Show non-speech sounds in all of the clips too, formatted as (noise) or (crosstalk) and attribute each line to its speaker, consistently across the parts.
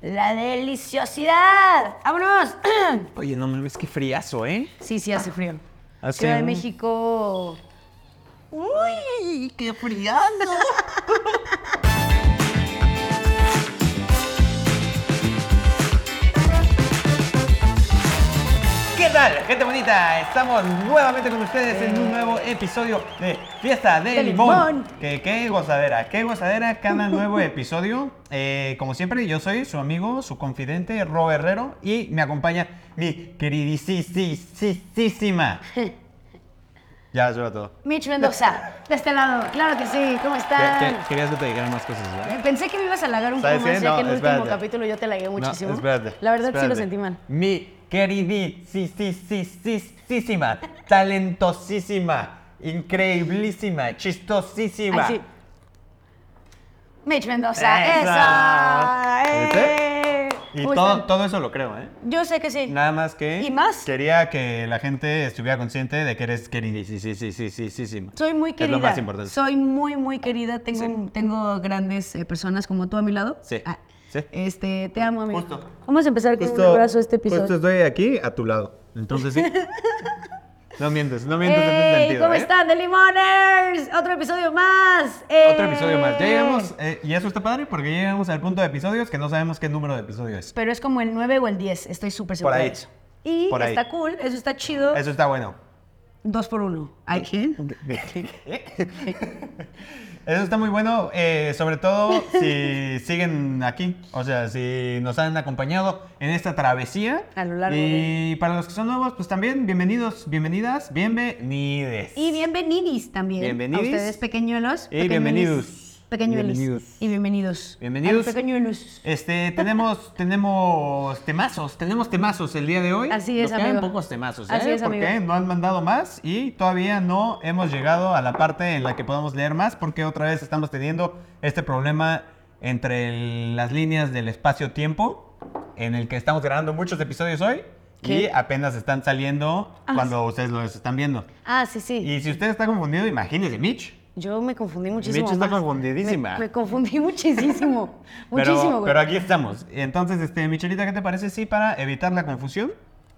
Speaker 1: La deliciosidad. ¡Vámonos! (clears throat)
Speaker 2: Oye, no mames, qué friazo, ¿eh?
Speaker 1: sí, sí, hace frío.
Speaker 2: Hace
Speaker 1: Ciudad de
Speaker 2: un-
Speaker 1: México.
Speaker 2: ¡Uy, qué friazo! ¿Qué tal, gente bonita? Estamos nuevamente con ustedes en un nuevo episodio de Fiesta de,
Speaker 1: De
Speaker 2: Limón.
Speaker 1: Limón.
Speaker 2: Que qué gozadera, qué gozadera cada nuevo episodio. Eh, como siempre, yo soy su amigo, su confidente, Ro Herrero, y me acompaña mi queridísima. ya, sobre todo.
Speaker 1: Mitch Mendoza, de este lado. Claro que sí, ¿cómo
Speaker 2: Que-
Speaker 1: están?
Speaker 2: que- Querías que te dijeran más cosas, ¿verdad?
Speaker 1: Eh, Pensé que me ibas a halagar un poco
Speaker 2: ¿Sabes
Speaker 1: más,
Speaker 2: qué?
Speaker 1: ya
Speaker 2: No,
Speaker 1: que el último
Speaker 2: espérate.
Speaker 1: capítulo yo te halagué muchísimo.
Speaker 2: No, espérate.
Speaker 1: La verdad sí lo
Speaker 2: espérate.
Speaker 1: sentí mal.
Speaker 2: Mi queridísima, talentosísima, increíblísima, chistosísima.
Speaker 1: Ay, sí. Mitch Mendoza,
Speaker 2: Esa.
Speaker 1: esa.
Speaker 2: ¿Viste?
Speaker 1: ¡Eh!
Speaker 2: Y
Speaker 1: ¿Cómo
Speaker 2: todo,
Speaker 1: están?
Speaker 2: todo eso lo creo, ¿eh?
Speaker 1: Yo sé que sí.
Speaker 2: Nada más que
Speaker 1: ¿Y más?
Speaker 2: quería que la gente estuviera consciente de que eres queridísima.
Speaker 1: Soy muy querida.
Speaker 2: Es lo más importante.
Speaker 1: Soy muy, muy querida. Tengo, tengo grandes eh, personas como tú a mi lado.
Speaker 2: Sí,
Speaker 1: Ah,
Speaker 2: sí.
Speaker 1: Este, te amo, amigo.
Speaker 2: Justo.
Speaker 1: Vamos a empezar con un abrazo a este episodio.
Speaker 2: justo estoy aquí a tu lado.
Speaker 1: (laughs)
Speaker 2: Entonces sí. no mientes, no mientes en ese
Speaker 1: ¡Ey!
Speaker 2: sentido.
Speaker 1: ¿Cómo
Speaker 2: ¿eh?
Speaker 1: están, The Limoners? Otro episodio más.
Speaker 2: Otro episodio más. Ya
Speaker 1: ¡Ey!
Speaker 2: llegamos, eh, y eso está padre porque ya llegamos al punto de episodios que no sabemos qué número de episodio es.
Speaker 1: Pero es como el 9 o el 10, estoy súper
Speaker 2: Por
Speaker 1: segura.
Speaker 2: ahí.
Speaker 1: de eso. Y
Speaker 2: Por ahí.
Speaker 1: está cool, eso está chido.
Speaker 2: Eso está bueno.
Speaker 1: Dos por uno. ¿Hay quién?
Speaker 2: Eso está muy bueno, eh, sobre todo
Speaker 1: (laughs)
Speaker 2: si siguen aquí, o sea, si nos han acompañado en esta travesía.
Speaker 1: A lo largo
Speaker 2: Y para los que son nuevos, pues también bienvenidos, bienvenidas, bienvenides.
Speaker 1: Y bienvenidis también.
Speaker 2: Bienvenidis.
Speaker 1: A ustedes, pequeñuelos.
Speaker 2: Y bienvenidos.
Speaker 1: Pequeñuelos.
Speaker 2: Bienvenidos.
Speaker 1: Y bienvenidos.
Speaker 2: Bienvenidos.
Speaker 1: A los pequeñuelos.
Speaker 2: Este, tenemos, (laughs) tenemos temazos, tenemos temazos el día de hoy.
Speaker 1: Así es,
Speaker 2: Nos quedan
Speaker 1: amigo.
Speaker 2: pocos temazos, ¿eh?
Speaker 1: Así es,
Speaker 2: porque
Speaker 1: amigo.
Speaker 2: no han mandado más y todavía no hemos llegado a la parte en la que podamos leer más porque otra vez estamos teniendo este problema entre el- las líneas del espacio-tiempo en el que estamos grabando muchos episodios hoy y
Speaker 1: ¿Qué?
Speaker 2: apenas están saliendo
Speaker 1: Ah,
Speaker 2: cuando ustedes los están viendo.
Speaker 1: Ah, sí, sí.
Speaker 2: Y si usted está confundido, imagínese, Mitch.
Speaker 1: Yo me confundí muchísimo.
Speaker 2: Mitch está
Speaker 1: más.
Speaker 2: confundidísima.
Speaker 1: Me, me confundí (laughs) muchísimo.
Speaker 2: Pero-
Speaker 1: muchísimo,
Speaker 2: Pero,
Speaker 1: güey.
Speaker 2: aquí estamos. Entonces, este, Michelita, ¿qué te parece? Sí, para evitar la confusión.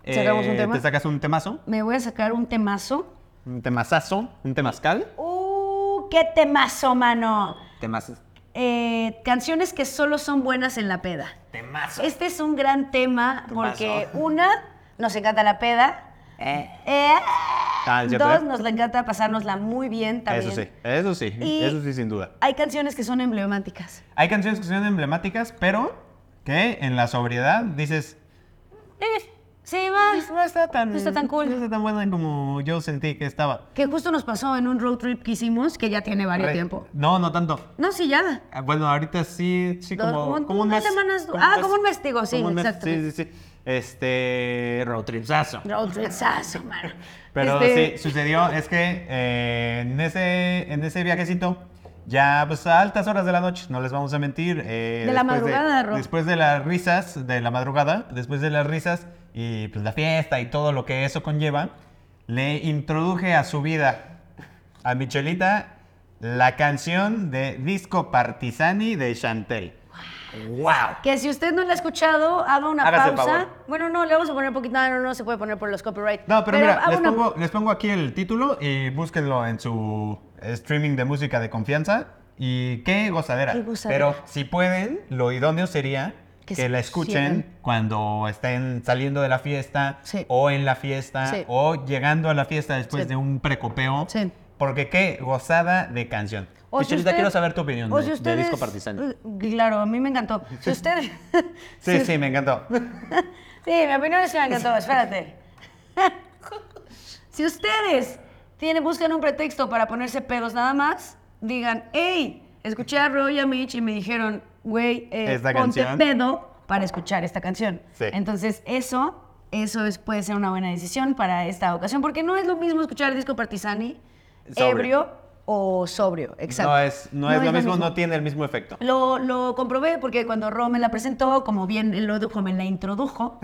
Speaker 2: eh,
Speaker 1: ¿Sacamos un tema?
Speaker 2: Te sacas un temazo,
Speaker 1: Me voy a sacar un temazo.
Speaker 2: un temazazo, un temazcal.
Speaker 1: ¡Uh! ¡Qué temazo, mano!
Speaker 2: Temazas.
Speaker 1: Eh, canciones que solo son buenas en la peda.
Speaker 2: Temazo.
Speaker 1: Este es un gran tema
Speaker 2: Temazo.
Speaker 1: porque una, nos encanta la peda. Eh,
Speaker 2: Ah, es cierto,
Speaker 1: dos,
Speaker 2: ¿eh?
Speaker 1: nos la encanta pasárnosla muy bien también.
Speaker 2: Eso sí, eso sí,
Speaker 1: Y-
Speaker 2: eso sí, sin duda.
Speaker 1: Hay canciones que son emblemáticas.
Speaker 2: Hay canciones que son emblemáticas, pero que en la sobriedad dices.
Speaker 1: Eh, Sí, va.
Speaker 2: No está tan.
Speaker 1: No está tan cool.
Speaker 2: No está tan buena como yo sentí que estaba.
Speaker 1: Que justo nos pasó en un road trip que hicimos, que ya tiene varios
Speaker 2: Re-
Speaker 1: tiempo.
Speaker 2: No, no tanto.
Speaker 1: No, sí, ya.
Speaker 2: Ah, Bueno, ahorita sí, sí,
Speaker 1: Dos-
Speaker 2: como,
Speaker 1: un-
Speaker 2: como un
Speaker 1: unas
Speaker 2: mes.
Speaker 1: semanas- ah, como un mes, digo, sí,
Speaker 2: como un mes,
Speaker 1: exacto.
Speaker 2: Sí, sí, sí. Este, road tripsazo.
Speaker 1: Road tripsazo, mano.
Speaker 2: Pero
Speaker 1: Este,
Speaker 2: sí, sucedió, es que eh, en, ese, en ese viajecito, ya pues a altas horas de la noche, no les vamos a mentir. eh,
Speaker 1: De la
Speaker 2: después
Speaker 1: madrugada, Ro.
Speaker 2: Después de las risas, de la madrugada, después de las risas y pues la fiesta y todo lo que eso conlleva, le introduje a su vida, a Michelita, la canción de Disco Partisani de Chantel. ¡Wow!
Speaker 1: Que si usted no la ha escuchado, haga una
Speaker 2: Hágase el
Speaker 1: pausa.
Speaker 2: favor.
Speaker 1: Bueno, no, le vamos a poner poquito. ah, No, no, no se puede poner por los copyright.
Speaker 2: No, pero, mira,
Speaker 1: haga
Speaker 2: les
Speaker 1: una-
Speaker 2: pongo, les pongo aquí el título y búsquenlo en su eh, streaming de música de confianza. Y qué gozadera.
Speaker 1: Qué gozadera.
Speaker 2: Pero si pueden, lo idóneo sería que,
Speaker 1: Que se
Speaker 2: la escuchen
Speaker 1: pusieran.
Speaker 2: cuando estén saliendo de la fiesta
Speaker 1: Sí.
Speaker 2: o en la fiesta
Speaker 1: Sí.
Speaker 2: o llegando a la fiesta después
Speaker 1: Sí.
Speaker 2: de un precopeo.
Speaker 1: Sí.
Speaker 2: Porque qué gozada de canción.
Speaker 1: O si
Speaker 2: Michelita,
Speaker 1: usted-
Speaker 2: quiero saber tu opinión
Speaker 1: o
Speaker 2: de,
Speaker 1: si
Speaker 2: de
Speaker 1: ustedes-
Speaker 2: Disco Partizano.
Speaker 1: Uh, Claro, a mí me encantó. Si ustedes. (laughs)
Speaker 2: Sí, sí, me encantó.
Speaker 1: Sí, mi opinión es que me encantó. Espérate. (laughs) si ustedes tienen, buscan un pretexto para ponerse pedos nada más, digan, hey, escuché a Roy y a Mitch y me dijeron, güey, eh,
Speaker 2: Esta
Speaker 1: ponte
Speaker 2: canción".
Speaker 1: pedo para escuchar esta canción.
Speaker 2: Sí.
Speaker 1: Entonces, eso, eso es, puede ser una buena decisión para esta ocasión, porque no es lo mismo escuchar el disco Partizani
Speaker 2: Sobrio.
Speaker 1: ebrio o sobrio. Exacto.
Speaker 2: No es, no es lo mismo, no tiene el mismo efecto.
Speaker 1: Lo, lo comprobé porque cuando Ro me la presentó, como bien él lo dijo, me la introdujo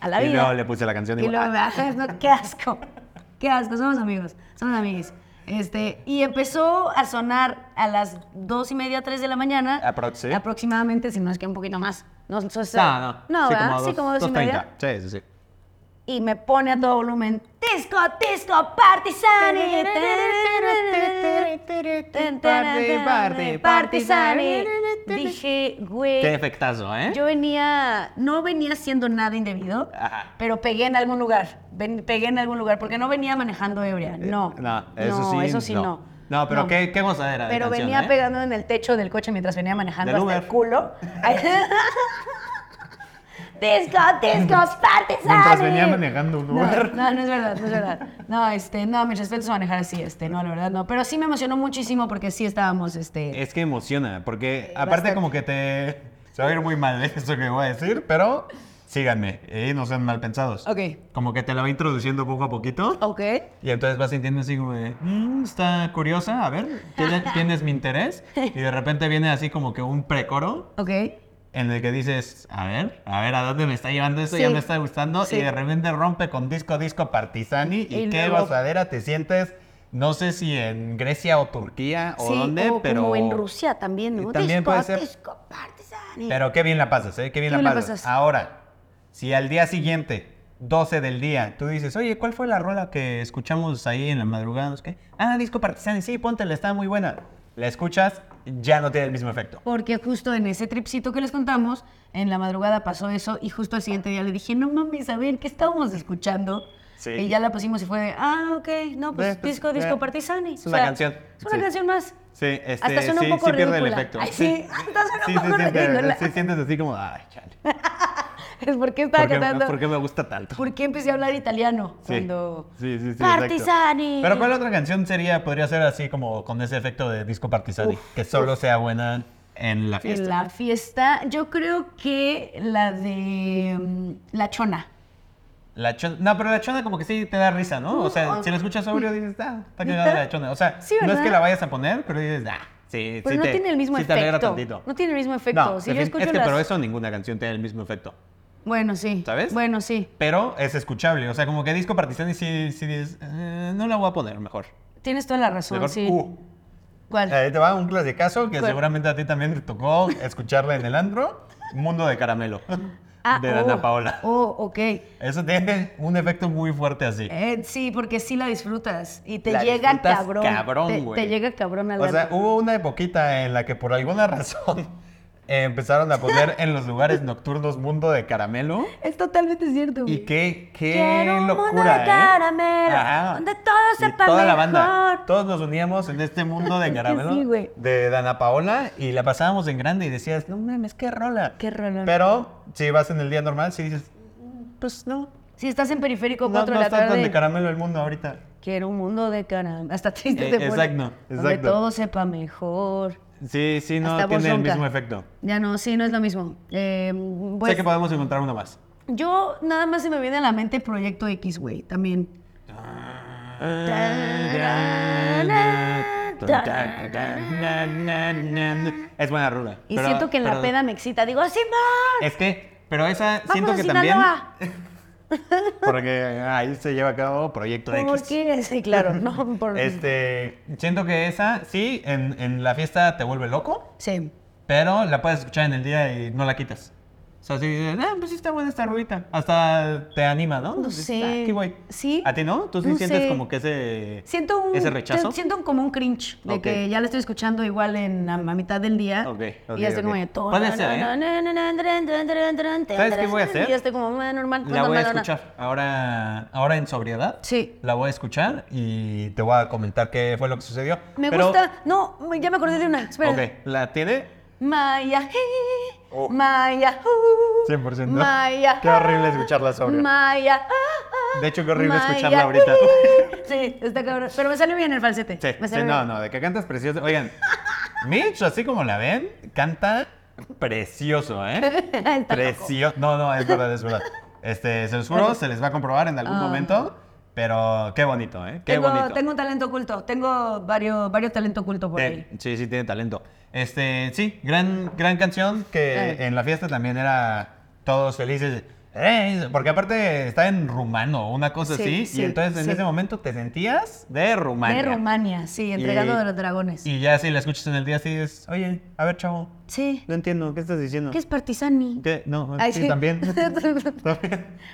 Speaker 1: a la
Speaker 2: y
Speaker 1: vida.
Speaker 2: luego le puse la canción
Speaker 1: Y
Speaker 2: igual.
Speaker 1: luego me bajas, no, qué asco. Qué asco, somos amigos, somos amigos. Este, y empezó a sonar a las dos y media, tres de la mañana.
Speaker 2: Aprox, sí.
Speaker 1: Aproximadamente, si no es que un poquito más. No, entonces,
Speaker 2: No, no.
Speaker 1: No,
Speaker 2: sí,
Speaker 1: ¿verdad?
Speaker 2: como
Speaker 1: sí,
Speaker 2: dos-
Speaker 1: como dos y
Speaker 2: 2:30.
Speaker 1: media.
Speaker 2: Sí, sí, sí.
Speaker 1: Y me pone a todo volumen. Disco, disco, partisani.
Speaker 2: Party, party,
Speaker 1: Partisani.
Speaker 2: party.
Speaker 1: Dije, güey.
Speaker 2: Qué efectazo, ¿eh?
Speaker 1: Yo venía, no venía haciendo nada indebido,
Speaker 2: Ajá.
Speaker 1: pero pegué en algún lugar, ven- pegué en algún lugar, porque no venía manejando ebria, no.
Speaker 2: Eh, no, eso sí, no.
Speaker 1: no.
Speaker 2: No, pero qué- qué gozadera de
Speaker 1: Pero
Speaker 2: canción,
Speaker 1: venía
Speaker 2: ¿eh?
Speaker 1: pegando en el techo del coche mientras venía manejando
Speaker 2: Del
Speaker 1: hasta el
Speaker 2: Uber. (laughs)
Speaker 1: culo. (laughs) disco, discos, partes
Speaker 2: Mientras venía manejando un Uber.
Speaker 1: No, no es verdad, no es verdad. No, este, no, mis respetos a manejar así, este, no, la verdad no. Pero sí me emocionó muchísimo porque sí estábamos, este,
Speaker 2: Es que emociona, porque aparte
Speaker 1: bastante.
Speaker 2: como que te... Se va a ir muy mal (laughs) eso que voy a decir, pero síganme y no sean mal pensados.
Speaker 1: Ok.
Speaker 2: Como que te la va introduciendo poco a poquito
Speaker 1: ok.
Speaker 2: y entonces vas sintiendo así como de, "Mm, está curiosa, a ver,
Speaker 1: (laughs)
Speaker 2: ¿tiene- ¿tienes mi interés? Y de repente viene así como que un precoro
Speaker 1: Ok.
Speaker 2: en el que dices, a ver, a ver, ¿a dónde me está llevando eso?
Speaker 1: Sí.
Speaker 2: Ya me está gustando.
Speaker 1: Sí.
Speaker 2: Y de repente rompe con disco, disco, partisani. Y,
Speaker 1: Y
Speaker 2: qué
Speaker 1: luego-
Speaker 2: gozadera te sientes, no sé si en Grecia o Turquía o
Speaker 1: sí,
Speaker 2: dónde,
Speaker 1: o
Speaker 2: pero...
Speaker 1: como en Rusia también, ¿no?
Speaker 2: También
Speaker 1: Disco,
Speaker 2: puede ser.
Speaker 1: disco, partisani.
Speaker 2: Pero qué bien la pasas, ¿eh? Qué bien,
Speaker 1: Qué
Speaker 2: la
Speaker 1: bien la
Speaker 2: pasas.
Speaker 1: pasas.
Speaker 2: Ahora, si al día siguiente, 12 del día, tú dices, oye, ¿cuál fue la rola que escuchamos ahí en la madrugada? No sé qué? Ah, disco partisani, sí, póntela, está muy buena. La escuchas, ya no tiene el mismo efecto.
Speaker 1: Porque justo en ese tripcito que les contamos, en la madrugada pasó eso y justo al siguiente día le dije, no mames, a ver, ¿qué estábamos escuchando?
Speaker 2: Sí.
Speaker 1: Y ya la pusimos y fue de, ah, ok, no, pues
Speaker 2: Ve, pues,
Speaker 1: disco,
Speaker 2: ve.
Speaker 1: disco partisani.
Speaker 2: Es una canción.
Speaker 1: Es una
Speaker 2: Sí.
Speaker 1: canción más. (laughs)
Speaker 2: Sí, este,
Speaker 1: Hasta suena un
Speaker 2: sí,
Speaker 1: poco
Speaker 2: sí pierde el
Speaker 1: ridícula.
Speaker 2: efecto.
Speaker 1: Ay, sí, hasta suena
Speaker 2: sí,
Speaker 1: un poco
Speaker 2: se siente-
Speaker 1: ridícula.
Speaker 2: sí sientes así como, ay, chale.
Speaker 1: Es porque estaba
Speaker 2: ¿Por qué,
Speaker 1: cantando.
Speaker 2: por qué me gusta tanto?
Speaker 1: ¿Por qué empecé a hablar italiano?
Speaker 2: Sí.
Speaker 1: Cuando...
Speaker 2: Sí, sí, sí, exacto.
Speaker 1: Partisani.
Speaker 2: Pero ¿cuál otra canción sería, podría ser así como con ese efecto de disco partisani? que solo sea buena en la
Speaker 1: En
Speaker 2: fiesta.
Speaker 1: la fiesta, yo creo que la de mm, La Chona.
Speaker 2: La chona, no, pero la chona como que sí te da risa, ¿no? O sea,
Speaker 1: No.
Speaker 2: si la escuchas sobrio dices, ah, está
Speaker 1: ¿Neta?
Speaker 2: cagada la chona. O sea,
Speaker 1: Sí,
Speaker 2: no es
Speaker 1: ¿verdad?
Speaker 2: que la vayas a poner, pero dices, ah, sí,
Speaker 1: Pero
Speaker 2: sí
Speaker 1: no
Speaker 2: te-
Speaker 1: tiene el mismo
Speaker 2: sí te alegra
Speaker 1: efecto.
Speaker 2: tantito.
Speaker 1: No tiene el mismo efecto. si yo
Speaker 2: defin-
Speaker 1: escucho
Speaker 2: es que
Speaker 1: las-
Speaker 2: pero eso ninguna canción tiene el mismo efecto.
Speaker 1: Bueno, sí.
Speaker 2: ¿Sabes?
Speaker 1: Bueno, sí.
Speaker 2: Pero es escuchable, o sea, como que disco partisani sí, sí dices, "Eh, no la voy a poner mejor.
Speaker 1: Tienes toda la razón,
Speaker 2: Mejor, Eh,
Speaker 1: sí.
Speaker 2: uh,
Speaker 1: ¿Cuál?
Speaker 2: Ahí te va un clasicazo que
Speaker 1: ¿Cuál?
Speaker 2: seguramente a ti también te tocó escucharla en el andro. Mundo de caramelo.
Speaker 1: Ah,
Speaker 2: de
Speaker 1: oh,
Speaker 2: Dana Paola.
Speaker 1: Oh, ok.
Speaker 2: Eso tiene un efecto muy fuerte así.
Speaker 1: Eh, sí, porque sí la disfrutas y te
Speaker 2: La
Speaker 1: llega
Speaker 2: disfrutas
Speaker 1: cabrón.
Speaker 2: cabrón,
Speaker 1: te,
Speaker 2: güey.
Speaker 1: te llega cabrón al
Speaker 2: O sea,
Speaker 1: gato.
Speaker 2: hubo una epoquita en la que por alguna (laughs) razón eh, empezaron a poner en los lugares nocturnos Mundo de caramelo.
Speaker 1: Es totalmente cierto, güey.
Speaker 2: Y qué, qué
Speaker 1: Quiero un mundo
Speaker 2: locura,
Speaker 1: de
Speaker 2: ¿eh?
Speaker 1: caramelo,
Speaker 2: Ajá.
Speaker 1: donde todo
Speaker 2: Y
Speaker 1: sepa
Speaker 2: toda la banda,
Speaker 1: mejor.
Speaker 2: todos nos uníamos en este mundo
Speaker 1: Es
Speaker 2: de
Speaker 1: que
Speaker 2: caramelo
Speaker 1: sí, güey.
Speaker 2: de Dana Paola y la pasábamos en grande y decías, no mames, qué rola.
Speaker 1: Qué rolón.
Speaker 2: Pero si vas en el día normal, si dices, pues no,
Speaker 1: Si estás en periférico
Speaker 2: no,
Speaker 1: 4 de
Speaker 2: no
Speaker 1: la
Speaker 2: está tan de
Speaker 1: tarde,
Speaker 2: caramelo el mundo ahorita.
Speaker 1: quiero un mundo de caramelo. Hasta triste
Speaker 2: Eh,
Speaker 1: te pone.
Speaker 2: exacto,
Speaker 1: Donde
Speaker 2: exacto.
Speaker 1: todo sepa mejor.
Speaker 2: Sí, sí, no
Speaker 1: Hasta voz
Speaker 2: tiene el
Speaker 1: ronca.
Speaker 2: mismo efecto.
Speaker 1: Ya no, sí, no es lo mismo. Eh, pues,
Speaker 2: sé que podemos encontrar uno más.
Speaker 1: Yo nada más se me viene a la mente Proyecto X, güey, también.
Speaker 2: Es buena rola.
Speaker 1: Y
Speaker 2: pero-
Speaker 1: siento que en la
Speaker 2: pero-
Speaker 1: peda me excita. Digo, ¡Simón!
Speaker 2: Es que, pero esa siento
Speaker 1: ¡Vamos
Speaker 2: que
Speaker 1: a
Speaker 2: también.
Speaker 1: Sinaloa! (laughs)
Speaker 2: Porque ahí se lleva a cabo Proyecto
Speaker 1: ¿Por
Speaker 2: X.
Speaker 1: qué? Sí, claro,
Speaker 2: (laughs)
Speaker 1: no por...
Speaker 2: Este, siento que esa, sí, en, en la fiesta te vuelve loco,
Speaker 1: Sí.
Speaker 2: pero la puedes escuchar en el día y no la quitas. O sea, sí, dices, ah, pues sí está buena esta ruita. Hasta te anima, ¿no?
Speaker 1: No
Speaker 2: Dices,
Speaker 1: sé.
Speaker 2: "Ah, qué guay".
Speaker 1: Sí.
Speaker 2: ¿A ti no? ¿Tú sí
Speaker 1: No
Speaker 2: sientes
Speaker 1: sé.
Speaker 2: como que ese.
Speaker 1: Siento un...
Speaker 2: ¿Ese rechazo?
Speaker 1: te- Siento como un cringe de
Speaker 2: Ok.
Speaker 1: que ya la estoy escuchando igual en, a, a mitad del día.
Speaker 2: Ok, ok,
Speaker 1: y ya estoy
Speaker 2: ok.
Speaker 1: como de todo.
Speaker 2: Puede ser, ¿eh?
Speaker 1: ¿Sabes
Speaker 2: ¿Sabes qué voy a hacer?
Speaker 1: Y ya estoy como, "Ah, normal.
Speaker 2: La voy a
Speaker 1: normal, normal".
Speaker 2: escuchar ahora, ahora en sobriedad.
Speaker 1: Sí.
Speaker 2: La voy a escuchar y te voy a comentar qué fue lo que sucedió.
Speaker 1: Me
Speaker 2: Pero-
Speaker 1: gusta... No, me- ya me acordé de una. Espera.
Speaker 2: Ok, ¿la tiene?
Speaker 1: Maya, hey,
Speaker 2: Oh.
Speaker 1: Maya, uh,
Speaker 2: 100%.
Speaker 1: Maya,
Speaker 2: Qué horrible escucharla sobria.
Speaker 1: sobre. Maya, ah, ah,
Speaker 2: De hecho, qué horrible
Speaker 1: Maya,
Speaker 2: escucharla ahorita.
Speaker 1: eh. (laughs) Sí, está cabrón. Pero me salió bien el falsete.
Speaker 2: Sí,
Speaker 1: me
Speaker 2: sí,
Speaker 1: salió
Speaker 2: no,
Speaker 1: bien.
Speaker 2: no, de que cantas precioso. Oigan, Mitch, así como la ven, canta
Speaker 1: (laughs)
Speaker 2: precioso, ¿eh?
Speaker 1: Está loco.
Speaker 2: Precioso. No, no, es verdad, es verdad. Este, se los juro, se les va a comprobar en algún
Speaker 1: Ah.
Speaker 2: momento, pero qué bonito, ¿eh? Qué
Speaker 1: tengo,
Speaker 2: bonito.
Speaker 1: tengo un talento oculto. Tengo varios, varios talento oculto por
Speaker 2: Sí,
Speaker 1: ahí.
Speaker 2: sí, sí, tiene talento. Este, sí, gran, gran canción que
Speaker 1: Sí.
Speaker 2: en la fiesta también era todos felices. "Eh", Porque aparte está en rumano, una cosa
Speaker 1: Sí,
Speaker 2: así.
Speaker 1: sí,
Speaker 2: y entonces en
Speaker 1: sí.
Speaker 2: ese momento te sentías de Rumania.
Speaker 1: De Rumania, sí, entregado
Speaker 2: Y-
Speaker 1: de los dragones.
Speaker 2: Y ya si la escuchas en el día así es, oye, a ver, chavo,
Speaker 1: sí.
Speaker 2: no entiendo, ¿qué estás diciendo?
Speaker 1: ¿Qué es Partizani?
Speaker 2: ¿Qué? No,
Speaker 1: Ay,
Speaker 2: sí,
Speaker 1: sí. (laughs)
Speaker 2: también. También.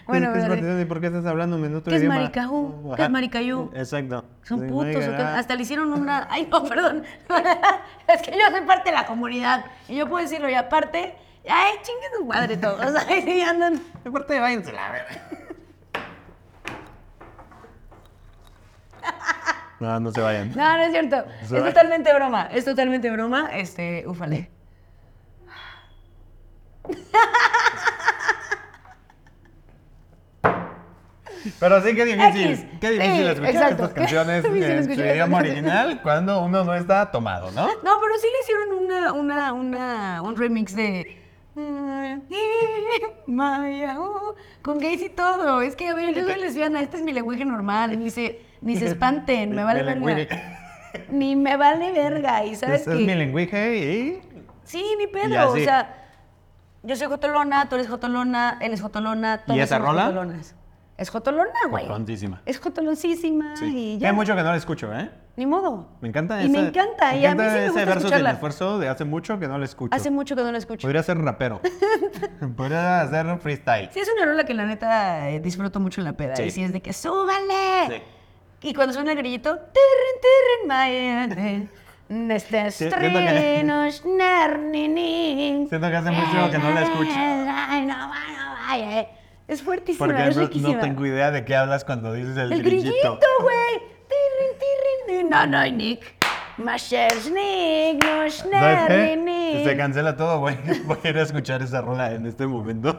Speaker 1: Bueno,
Speaker 2: ¿Qué es
Speaker 1: pero-
Speaker 2: partizón y por qué estás hablando en otro
Speaker 1: ¿Qué es
Speaker 2: idioma?
Speaker 1: maricaju?
Speaker 2: Ajá.
Speaker 1: ¿Qué es maricayú?
Speaker 2: Exacto.
Speaker 1: Son
Speaker 2: Sí,
Speaker 1: putos. o qué?
Speaker 2: marica,
Speaker 1: Hasta le hicieron una. Ay, no, perdón. (laughs) es que yo soy parte de la comunidad. Y yo puedo decirlo. Y aparte, ay, chingue su madre todos. (laughs) Ay, sí, andan.
Speaker 2: Aparte, váyanse la verga. No, no se vayan.
Speaker 1: (laughs) No, no es cierto. Es
Speaker 2: Se va.
Speaker 1: totalmente broma. Es totalmente broma. Este, ufale.
Speaker 2: Pero sí, qué difícil.
Speaker 1: X.
Speaker 2: Qué difícil
Speaker 1: Sí,
Speaker 2: escuchar
Speaker 1: exacto.
Speaker 2: estas
Speaker 1: Qué
Speaker 2: canciones
Speaker 1: difícil
Speaker 2: en su
Speaker 1: escuchar
Speaker 2: idioma
Speaker 1: estas canciones.
Speaker 2: original cuando uno no está tomado, ¿no?
Speaker 1: No, pero sí le hicieron una, una, una, un remix de. "Mm, Maya, uh, con gays y todo. Es que, a ver, yo soy lesbiana, este es mi lenguaje normal. Ni se, ni se espanten,
Speaker 2: (laughs)
Speaker 1: me vale
Speaker 2: Mi lenguaje.
Speaker 1: verga. Ni me vale verga. Y sabes
Speaker 2: Este es mi
Speaker 1: que.
Speaker 2: lenguaje y.
Speaker 1: Sí, ni
Speaker 2: Y
Speaker 1: pedo. O
Speaker 2: así.
Speaker 1: sea, yo soy Jotolona, tú eres Jotolona, él es Jotolona, todos
Speaker 2: ¿Y esa
Speaker 1: somos
Speaker 2: rola?
Speaker 1: Jotolonas. Es Jotolona, güey.
Speaker 2: Jotoncísima.
Speaker 1: Es Jotoloncísima y ya.
Speaker 2: Hay mucho que no la escucho, ¿eh?
Speaker 1: Ni modo.
Speaker 2: Me encanta
Speaker 1: Y
Speaker 2: esa-
Speaker 1: me encanta, y a mí sí me
Speaker 2: ese
Speaker 1: gusta
Speaker 2: verso sin
Speaker 1: escucharla.
Speaker 2: esfuerzo de hace mucho que no la escucho.
Speaker 1: Hace mucho que no la escucho.
Speaker 2: Podría
Speaker 1: (laughs)
Speaker 2: ser rapero. Podría hacer un freestyle.
Speaker 1: Sí, es una rola que la neta eh, disfruto mucho en la peda.
Speaker 2: Sí.
Speaker 1: Y sí es de que súbale.
Speaker 2: Sí.
Speaker 1: Y cuando suena el grillito, tirrin, tirrin, maya, este
Speaker 2: Sí, siento que- Siento que hace mucho que no la escucho.
Speaker 1: escucho. Es fuertísima,
Speaker 2: Porque
Speaker 1: es
Speaker 2: no,
Speaker 1: riquísima.
Speaker 2: no tengo idea de qué hablas cuando dices el,
Speaker 1: el grillito, güey. Tirrin, tirrin, no, no, Nick. Mashersnik, no,
Speaker 2: ¿Sabes qué? Se
Speaker 1: Schnernik.
Speaker 2: cancela todo, güey. Voy (laughs) a ir a escuchar esa rola en este momento.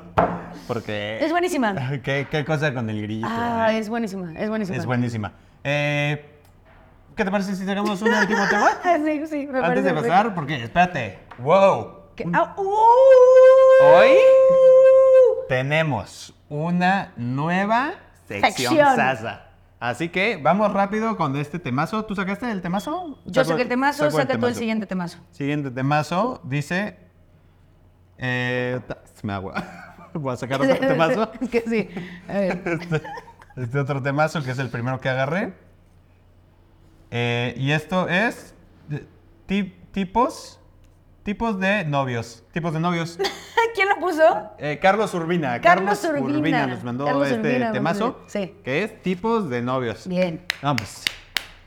Speaker 2: Porque.
Speaker 1: Es buenísima.
Speaker 2: ¿Qué, qué cosa con el grillito?
Speaker 1: Ah,
Speaker 2: eh?
Speaker 1: es buenísima, es buenísima.
Speaker 2: Ah, Es buenísima. Eh, ¿Qué te parece si tenemos un último tema?
Speaker 1: (laughs) sí, sí, (laughs) me
Speaker 2: Antes de
Speaker 1: parece
Speaker 2: pasar, porque espérate. ¡Wow!
Speaker 1: Que- ah, ¡uh!
Speaker 2: Hoy tenemos una nueva sección,
Speaker 1: Sección.
Speaker 2: Sasa. Así que vamos rápido con este temazo. ¿Tú sacaste el temazo?
Speaker 1: Yo
Speaker 2: Saco-
Speaker 1: saqué el temazo,
Speaker 2: saco
Speaker 1: saca tú el
Speaker 2: temazo.
Speaker 1: siguiente temazo.
Speaker 2: Siguiente temazo dice. eh, ta- se me agua. (laughs) Voy a
Speaker 1: (laughs)
Speaker 2: sacar otro temazo.
Speaker 1: Es que sí. A ver. (laughs)
Speaker 2: Este, este otro temazo que es el primero que agarré. Eh, y esto es de- ti- tipos tipos de novios. Tipos de novios.
Speaker 1: ¿Quién lo puso?
Speaker 2: Eh, Carlos Urbina.
Speaker 1: Carlos
Speaker 2: Urbina.
Speaker 1: Urbina.
Speaker 2: nos mandó
Speaker 1: Carlos
Speaker 2: este
Speaker 1: Urbina,
Speaker 2: temazo.
Speaker 1: vamos a ver. Sí.
Speaker 2: Que es tipos de novios.
Speaker 1: Bien.
Speaker 2: Vamos.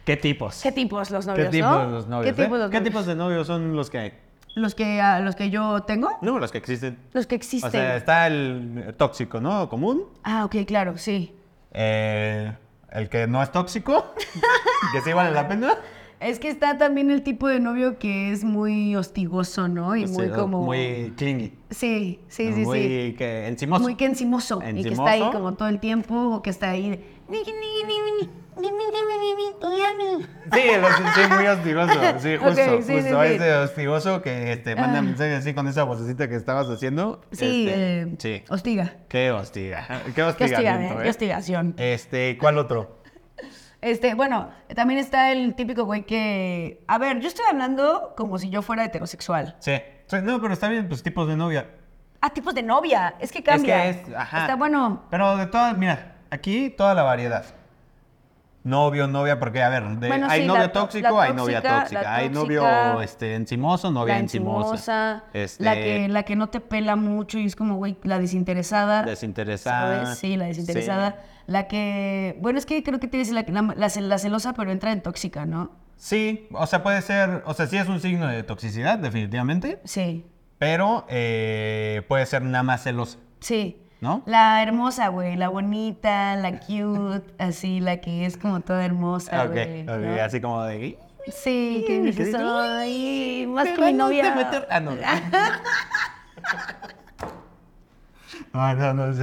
Speaker 2: ¿Qué tipos?
Speaker 1: ¿Qué tipos los novios,
Speaker 2: tipos
Speaker 1: no?
Speaker 2: de los novios?
Speaker 1: ¿Qué
Speaker 2: eh?
Speaker 1: tipos los
Speaker 2: ¿Qué
Speaker 1: novios?
Speaker 2: tipos de novios son los que hay?
Speaker 1: Los que, ah, los que yo tengo,
Speaker 2: No, los que existen.
Speaker 1: los que
Speaker 2: O
Speaker 1: existen.
Speaker 2: sea, está el eh, tóxico, ¿no? Común.
Speaker 1: Ah, ok, claro, sí.
Speaker 2: Eh, el que no
Speaker 1: (laughs)
Speaker 2: es tóxico. que sí vale la pena.
Speaker 1: Es que está también el tipo de novio que es muy hostigoso, ¿no? Y muy
Speaker 2: Sí,
Speaker 1: como...
Speaker 2: Muy clingy.
Speaker 1: Sí, sí, sí,
Speaker 2: muy
Speaker 1: sí.
Speaker 2: que encimoso.
Speaker 1: Muy que encimoso, y que está ahí
Speaker 2: Encimoso.
Speaker 1: como todo el tiempo o que está ahí de...
Speaker 2: Sí, los- sí, muy hostigoso. Sí,
Speaker 1: Ok,
Speaker 2: justo.
Speaker 1: sí, sí,
Speaker 2: justo
Speaker 1: sí.
Speaker 2: ese hostigoso que este, manda
Speaker 1: Ah.
Speaker 2: mensajes así con esa vocecita que estabas haciendo.
Speaker 1: Sí,
Speaker 2: este,
Speaker 1: eh,
Speaker 2: sí.
Speaker 1: hostiga.
Speaker 2: Qué hostiga. Qué
Speaker 1: Qué hostiga,
Speaker 2: hostigamiento,
Speaker 1: eh,
Speaker 2: eh.
Speaker 1: qué hostigación.
Speaker 2: Este, ¿cuál otro?
Speaker 1: Este, bueno, también está el típico güey que. A ver, yo estoy hablando como si yo fuera heterosexual.
Speaker 2: Sí. Sí, No, pero está bien, pues tipos de novia.
Speaker 1: Ah, tipos de novia. Es que cambia.
Speaker 2: Es que es, ajá.
Speaker 1: Está bueno.
Speaker 2: Pero de todas, mira, aquí toda la variedad. Novio, novia, porque a ver, de-
Speaker 1: Bueno,
Speaker 2: hay
Speaker 1: sí,
Speaker 2: novio
Speaker 1: la to-
Speaker 2: tóxico,
Speaker 1: la
Speaker 2: hay novia
Speaker 1: tóxica, la
Speaker 2: tóxica, hay
Speaker 1: tóxica,
Speaker 2: novio este, encimoso, novia
Speaker 1: La
Speaker 2: encimosa.
Speaker 1: encimosa.
Speaker 2: Este,
Speaker 1: La, que, la que no te pela mucho y es como, güey, la desinteresada.
Speaker 2: Desinteresada.
Speaker 1: ¿sabes? Sí, la
Speaker 2: Sí.
Speaker 1: desinteresada. La que. Bueno, es que creo que tienes la, la, la cel- la celosa, pero entra en tóxica, ¿no?
Speaker 2: Sí, o sea, puede ser, o sea, sí es un signo de toxicidad, definitivamente,
Speaker 1: Sí.
Speaker 2: pero eh, puede ser nada más celosa,
Speaker 1: Sí.
Speaker 2: ¿no?
Speaker 1: La hermosa, güey, la bonita, la cute, (laughs) así, la que es como toda hermosa,
Speaker 2: Ok,
Speaker 1: güey.
Speaker 2: ok,
Speaker 1: ¿no?
Speaker 2: así como de...
Speaker 1: Sí, que
Speaker 2: que
Speaker 1: dices,
Speaker 2: dices,
Speaker 1: ay, más
Speaker 2: Me
Speaker 1: que mi
Speaker 2: van a
Speaker 1: novia.
Speaker 2: meter-
Speaker 1: (laughs)
Speaker 2: Ah, no. Ah, no, no, sí.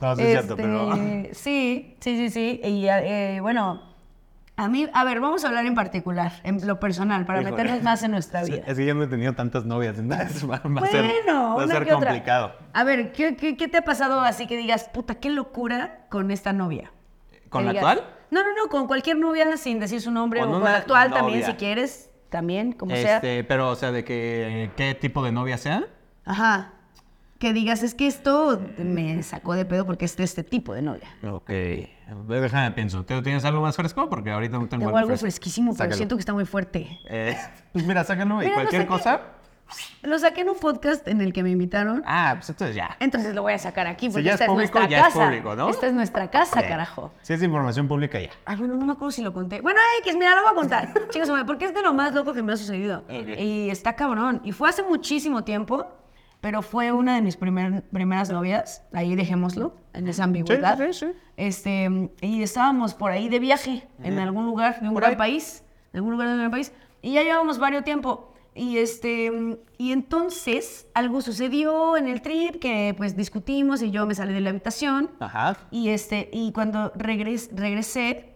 Speaker 2: No, sí es cierto, pero... (laughs)
Speaker 1: Este, Sí, sí, sí, sí. Y eh, bueno, a mí, a ver, vamos a hablar en particular, en lo personal, para
Speaker 2: Híjole.
Speaker 1: meternos más en nuestra
Speaker 2: Sí,
Speaker 1: vida.
Speaker 2: Es que yo no he tenido tantas novias, (laughs) entonces va, va a
Speaker 1: bueno,
Speaker 2: ser, va a
Speaker 1: una
Speaker 2: ser
Speaker 1: que otra.
Speaker 2: complicado.
Speaker 1: A ver, ¿qué, qué, qué te ha pasado así que digas, puta, qué locura con esta novia?
Speaker 2: ¿Con
Speaker 1: Que
Speaker 2: la
Speaker 1: digas-
Speaker 2: actual?
Speaker 1: No, no, no, con cualquier novia sin decir su nombre
Speaker 2: Con
Speaker 1: o con
Speaker 2: una
Speaker 1: la actual también,
Speaker 2: novia.
Speaker 1: si quieres, también, como sea.
Speaker 2: Este, pero, o sea, de que, qué tipo de novia sea.
Speaker 1: Ajá. que digas, es que esto me sacó de pedo porque es de este tipo de novia.
Speaker 2: Ok. Déjame pienso. ¿Tú ¿Tienes algo más fresco? Porque ahorita no tengo,
Speaker 1: Tengo algo fresquísimo, pero
Speaker 2: pues, Sácalo.
Speaker 1: siento que está muy fuerte.
Speaker 2: Eh, pues mira, sácalo y
Speaker 1: Mira, lo
Speaker 2: cualquier
Speaker 1: saqué.
Speaker 2: cosa.
Speaker 1: Lo saqué en un podcast en el que me invitaron.
Speaker 2: Ah, pues entonces ya.
Speaker 1: Entonces lo voy a sacar aquí porque
Speaker 2: ya es
Speaker 1: esta es,
Speaker 2: público,
Speaker 1: nuestra
Speaker 2: ya es
Speaker 1: casa.
Speaker 2: público, ¿no?
Speaker 1: Esta es nuestra casa,
Speaker 2: Eh,
Speaker 1: carajo.
Speaker 2: Si es información pública, ya.
Speaker 1: Ay, bueno, no me acuerdo si lo conté. Bueno, X, mira, lo voy a
Speaker 2: (laughs)
Speaker 1: contar. Chicos, porque es de lo más loco que me ha sucedido.
Speaker 2: Ok.
Speaker 1: Y está cabrón. Y fue hace muchísimo tiempo, pero fue una de mis primer- primeras novias. Ahí dejémoslo, en esa ambigüedad.
Speaker 2: sí, sí.
Speaker 1: Este, y estábamos por ahí de viaje, en algún lugar de un
Speaker 2: Por
Speaker 1: gran
Speaker 2: ahí.
Speaker 1: país. En algún lugar de un gran país. Y ya llevábamos varios tiempo. Y este, y entonces algo sucedió en el trip que pues discutimos y yo me salí de la habitación.
Speaker 2: Ajá.
Speaker 1: Y, este, y cuando regres- regresé,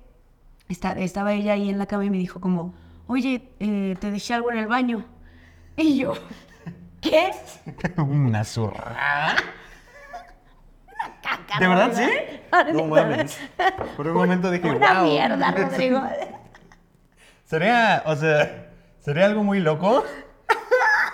Speaker 1: esta- estaba ella ahí en la cama y me dijo como, oye, eh, te dejé algo en el baño. Y yo, (laughs) ¿qué?
Speaker 2: (laughs) Una zurra.
Speaker 1: Caca,
Speaker 2: (laughs) ¿De verdad,
Speaker 1: (laughs) Rodrigo".
Speaker 2: sí?
Speaker 1: Ah, neta.
Speaker 2: Por un momento
Speaker 1: (laughs)
Speaker 2: dije,
Speaker 1: Una
Speaker 2: wow.
Speaker 1: mierda,
Speaker 2: (laughs)
Speaker 1: Rodrigo.
Speaker 2: Sería, o sea, sería algo muy loco.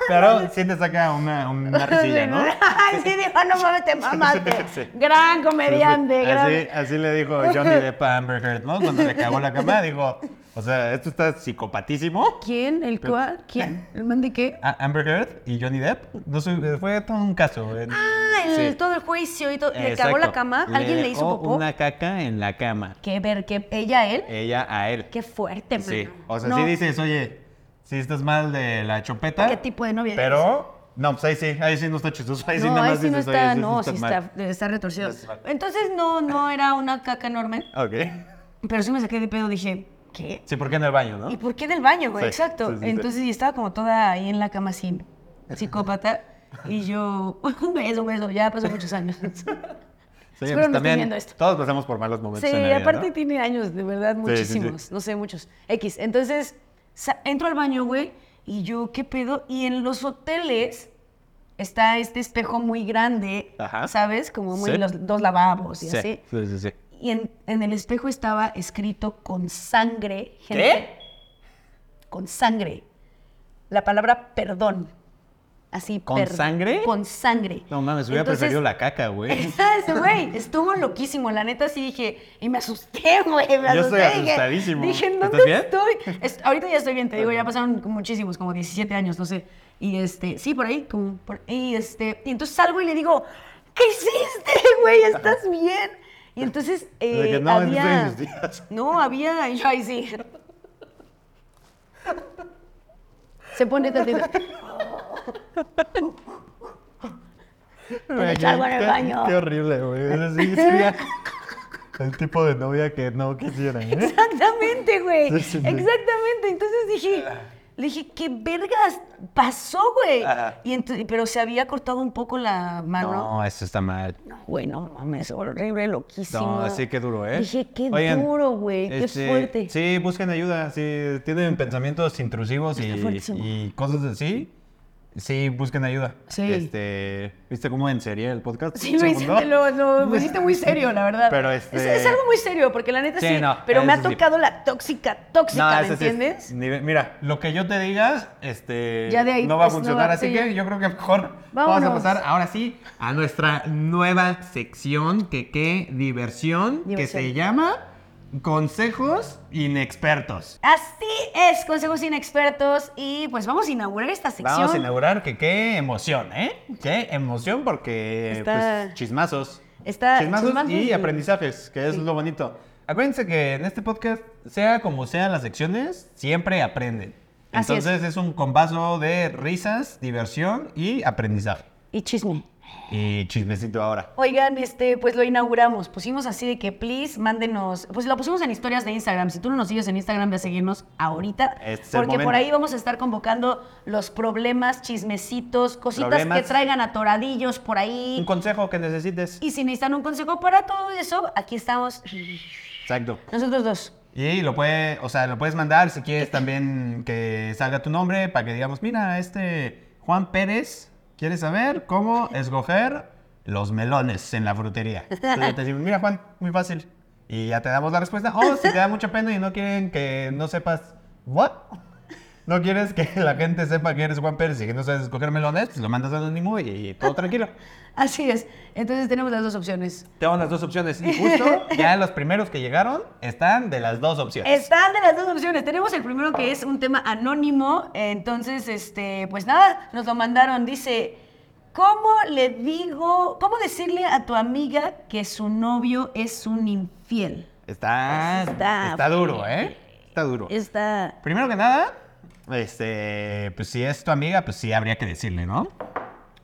Speaker 2: Pero sí te saca una, una risilla,
Speaker 1: (laughs)
Speaker 2: ¿no?
Speaker 1: Ay, sí, dijo, no mames, te mamaste.
Speaker 2: (laughs) Sí.
Speaker 1: Gran comediante, gran...
Speaker 2: Así, así le dijo Johnny Depp a Amber Heard, ¿no? Cuando le cagó la cama, dijo, o sea, esto está psicopatísimo.
Speaker 1: ¿Quién? ¿El cual?
Speaker 2: (laughs)
Speaker 1: ¿Quién? ¿El man de qué?
Speaker 2: A- Amber Heard y Johnny Depp, no sé, fue todo un caso. eh.
Speaker 1: Ah, el-
Speaker 2: Sí.
Speaker 1: todo el juicio y todo. Le cagó la cama, alguien le, hizo popó.
Speaker 2: una caca en la cama,
Speaker 1: Qué ver, qué... ¿Ella, él?
Speaker 2: ella a él.
Speaker 1: Qué fuerte,
Speaker 2: Sí,
Speaker 1: mano.
Speaker 2: o sea,
Speaker 1: No.
Speaker 2: sí dices, oye, si estás mal de la chopeta.
Speaker 1: ¿Qué tipo de novia
Speaker 2: "Ah, Pero, no, pues ahí sí, ahí sí no está chistoso. Ahí sí
Speaker 1: no,
Speaker 2: nada
Speaker 1: ahí
Speaker 2: más
Speaker 1: sí no
Speaker 2: dices,
Speaker 1: está,
Speaker 2: oye,
Speaker 1: no,
Speaker 2: sí
Speaker 1: sí
Speaker 2: estás
Speaker 1: está, está retorcido.
Speaker 2: Estás mal.
Speaker 1: Entonces no, no era una caca enorme,
Speaker 2: mal. Ok. (laughs)
Speaker 1: pero sí me saqué de pedo, dije, ¿qué?
Speaker 2: Sí, porque en el baño, ¿no?
Speaker 1: ¿Y por qué del baño, güey?
Speaker 2: Sí,
Speaker 1: Exacto.
Speaker 2: sí, sí, sí.
Speaker 1: Entonces y estaba como toda ahí en la cama así, psicópata, y yo, (laughs) un beso, un beso, ya pasó muchos años.
Speaker 2: Sí,
Speaker 1: Espero
Speaker 2: pues
Speaker 1: no estés viendo esto.
Speaker 2: Todos pasamos por malos momentos
Speaker 1: Sí,
Speaker 2: en la vida,
Speaker 1: aparte
Speaker 2: ¿no?
Speaker 1: tiene años, de verdad,
Speaker 2: Sí, sí, sí.
Speaker 1: muchísimos. No sé, muchos. X. Entonces, sa- entro al baño, güey, y yo, ¿qué pedo? Y en los hoteles está este espejo muy grande,
Speaker 2: Ajá.
Speaker 1: ¿sabes? Como muy
Speaker 2: Sí.
Speaker 1: los dos lavabos y
Speaker 2: Sí,
Speaker 1: así.
Speaker 2: sí, sí, sí.
Speaker 1: Y en, en el espejo estaba escrito con sangre, gente. Con sangre. La palabra perdón. Así.
Speaker 2: ¿Con sangre?
Speaker 1: Con sangre.
Speaker 2: No mames, hubiera
Speaker 1: Entonces,
Speaker 2: preferido la
Speaker 1: (laughs)
Speaker 2: caca, güey.
Speaker 1: ese güey, estuvo loquísimo, la neta sí dije, y me asusté, güey, me
Speaker 2: Yo
Speaker 1: asusté.
Speaker 2: estoy
Speaker 1: dije-
Speaker 2: asustadísimo.
Speaker 1: Dije, ¿en
Speaker 2: ¿Estás
Speaker 1: ¿dónde
Speaker 2: bien?
Speaker 1: estoy? Es- ahorita ya estoy bien, te digo, ya pasaron muchísimos, como 17 años, no sé. Y este, sí, por ahí, como por y este, y entonces salgo y le digo, ¿qué hiciste, güey? ¿Estás bien? Y entonces
Speaker 2: De que
Speaker 1: eh,
Speaker 2: no, estoy en
Speaker 1: había,
Speaker 2: mis días.
Speaker 1: no había, y yo ahí sí. Se pone tantito.
Speaker 2: (laughs) ¿Eh? Güey,
Speaker 1: echó algo en el
Speaker 2: qué-
Speaker 1: baño.
Speaker 2: Qué horrible, güey. Eso sí sería
Speaker 1: (laughs)
Speaker 2: el tipo de novia que no quisiera, ¿eh?
Speaker 1: Exactamente, güey.
Speaker 2: Sí, sí, sí.
Speaker 1: Exactamente. Entonces dije, le dije, ¿qué vergas pasó, güey?
Speaker 2: Ajá.
Speaker 1: Y ento- pero se había cortado un poco la mano.
Speaker 2: No, eso está mal.
Speaker 1: No, güey, no mames, horrible, loquísimo.
Speaker 2: No, sí, qué duro, ¿eh?
Speaker 1: Dije, qué
Speaker 2: Oigan,
Speaker 1: duro, güey, qué
Speaker 2: este,
Speaker 1: fuerte.
Speaker 2: Sí, busquen ayuda. Si tienen pensamientos intrusivos y,
Speaker 1: Está fuertísimo.
Speaker 2: y cosas así, sí, busquen ayuda.
Speaker 1: Sí.
Speaker 2: Este, ¿Viste cómo en serie el podcast?
Speaker 1: Sí, lo hiciste,
Speaker 2: Segundo.
Speaker 1: lo, lo- lo hiciste muy serio, la verdad.
Speaker 2: Pero
Speaker 1: Es-
Speaker 2: este-
Speaker 1: es, algo muy serio, porque la neta
Speaker 2: Sí,
Speaker 1: sí,
Speaker 2: no,
Speaker 1: pero me ha
Speaker 2: eso sí.
Speaker 1: tocado la tóxica, tóxica, ¿me
Speaker 2: ese sí es
Speaker 1: entiendes?
Speaker 2: nivel- mira, lo que yo te diga, este,
Speaker 1: Ya de ahí,
Speaker 2: no va a
Speaker 1: pues, no
Speaker 2: funcionar,
Speaker 1: va-
Speaker 2: así
Speaker 1: sí.
Speaker 2: que yo creo que mejor vamos a
Speaker 1: Vámonos.
Speaker 2: pasar ahora sí a nuestra nueva sección que qué diversión, que
Speaker 1: Diversión.
Speaker 2: se llama consejos inexpertos.
Speaker 1: Así es, consejos inexpertos. Y pues vamos a inaugurar esta sección.
Speaker 2: Vamos a inaugurar que qué emoción, ¿eh? Qué emoción porque
Speaker 1: Está-
Speaker 2: pues, chismazos.
Speaker 1: Está-
Speaker 2: chismazos,
Speaker 1: chismazos
Speaker 2: y
Speaker 1: y-
Speaker 2: aprendizajes, que es lo bonito. Acuérdense que en este podcast, sea como sean las secciones, siempre aprenden.
Speaker 1: Así es.
Speaker 2: Entonces es. un compaso de risas, diversión y aprendizaje.
Speaker 1: Y chisme.
Speaker 2: Y chismecito ahora.
Speaker 1: Oigan, este, pues lo inauguramos. Pusimos así de que, please, mándenos. Pues lo pusimos en historias de Instagram. Si tú no nos sigues en Instagram, ve a seguirnos ahorita.
Speaker 2: Este es el
Speaker 1: porque por
Speaker 2: momento.
Speaker 1: ahí vamos a estar convocando los problemas, chismecitos, cositas
Speaker 2: Problemas.
Speaker 1: que traigan atoradillos por ahí.
Speaker 2: Un consejo que necesites.
Speaker 1: Y si necesitan un consejo para todo eso, aquí estamos
Speaker 2: Exacto.
Speaker 1: nosotros dos.
Speaker 2: Y lo puede, o sea, lo puedes mandar si quieres también que salga tu nombre para que digamos, mira, este Juan Pérez quiere saber cómo escoger los melones en la frutería. Entonces te decimos, mira Juan, muy fácil. Y ya te damos la respuesta. O si te da mucha pena y no quieren que no sepas, what? No quieres que la gente sepa que eres Juan Pérez y que no sabes escoger melones, pues lo mandas anónimo y, y todo tranquilo.
Speaker 1: Así es. Entonces tenemos las dos opciones.
Speaker 2: Tenemos las dos opciones. Y justo ya los primeros que llegaron están de las dos opciones.
Speaker 1: Están de las dos opciones. Tenemos el primero que es un tema anónimo. Entonces, este, pues nada, nos lo mandaron. Dice, ¿cómo le digo, cómo decirle a tu amiga que su novio es un infiel?
Speaker 2: Está,
Speaker 1: Está
Speaker 2: está, duro, ¿eh? Está duro.
Speaker 1: Está...
Speaker 2: Primero que nada, este, pues si es tu amiga, pues sí habría que decirle, ¿no?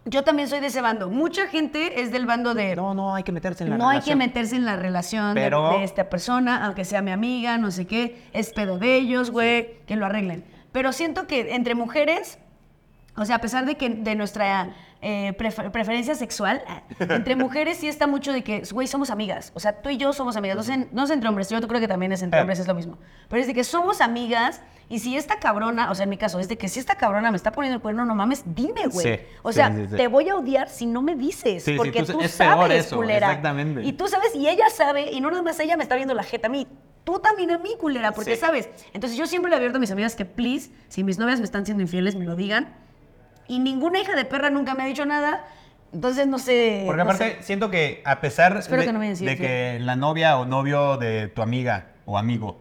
Speaker 1: Yo también soy de ese bando. Mucha gente es del bando de...
Speaker 2: No, no, hay que meterse en la
Speaker 1: No hay que meterse en la relación de-
Speaker 2: Pero-
Speaker 1: de, esta persona, aunque sea mi amiga, no sé qué, es pedo de ellos, güey, que lo arreglen. Pero siento que entre mujeres, o sea, a pesar de que de nuestra eh, prefer- preferencia
Speaker 2: (laughs)
Speaker 1: sexual, ah, entre mujeres sí está mucho de que, güey, somos amigas. O sea, tú y yo somos amigas. No sé, no sé entre hombres, yo creo que también es entre
Speaker 2: Eh.
Speaker 1: hombres, es lo mismo. Pero es de que somos amigas y si esta cabrona, o sea, en mi caso, es de que si esta cabrona me está poniendo el cuerno, no mames, dime, güey.
Speaker 2: Sí,
Speaker 1: o
Speaker 2: sí,
Speaker 1: sea,
Speaker 2: sí, sí.
Speaker 1: te voy a odiar si no me dices.
Speaker 2: Sí, sí,
Speaker 1: porque
Speaker 2: tú-
Speaker 1: tú,
Speaker 2: es
Speaker 1: sabes,
Speaker 2: peor eso,
Speaker 1: culera.
Speaker 2: exactamente.
Speaker 1: Y tú sabes, y ella sabe, y no nada más ella me está viendo la jeta a mí. Tú también a mí, culera, porque
Speaker 2: Sí.
Speaker 1: sabes. Entonces yo siempre le advierto a mis amigas que, please, si mis novias me están siendo infieles, me lo digan. Y ninguna hija de perra nunca me ha dicho nada. Entonces no sé.
Speaker 2: Porque
Speaker 1: no
Speaker 2: aparte,
Speaker 1: sé.
Speaker 2: siento que a pesar
Speaker 1: Espero
Speaker 2: de,
Speaker 1: que no me ¿eh? hayan sido
Speaker 2: de
Speaker 1: infiel.
Speaker 2: que la novia o novio de tu amiga o amigo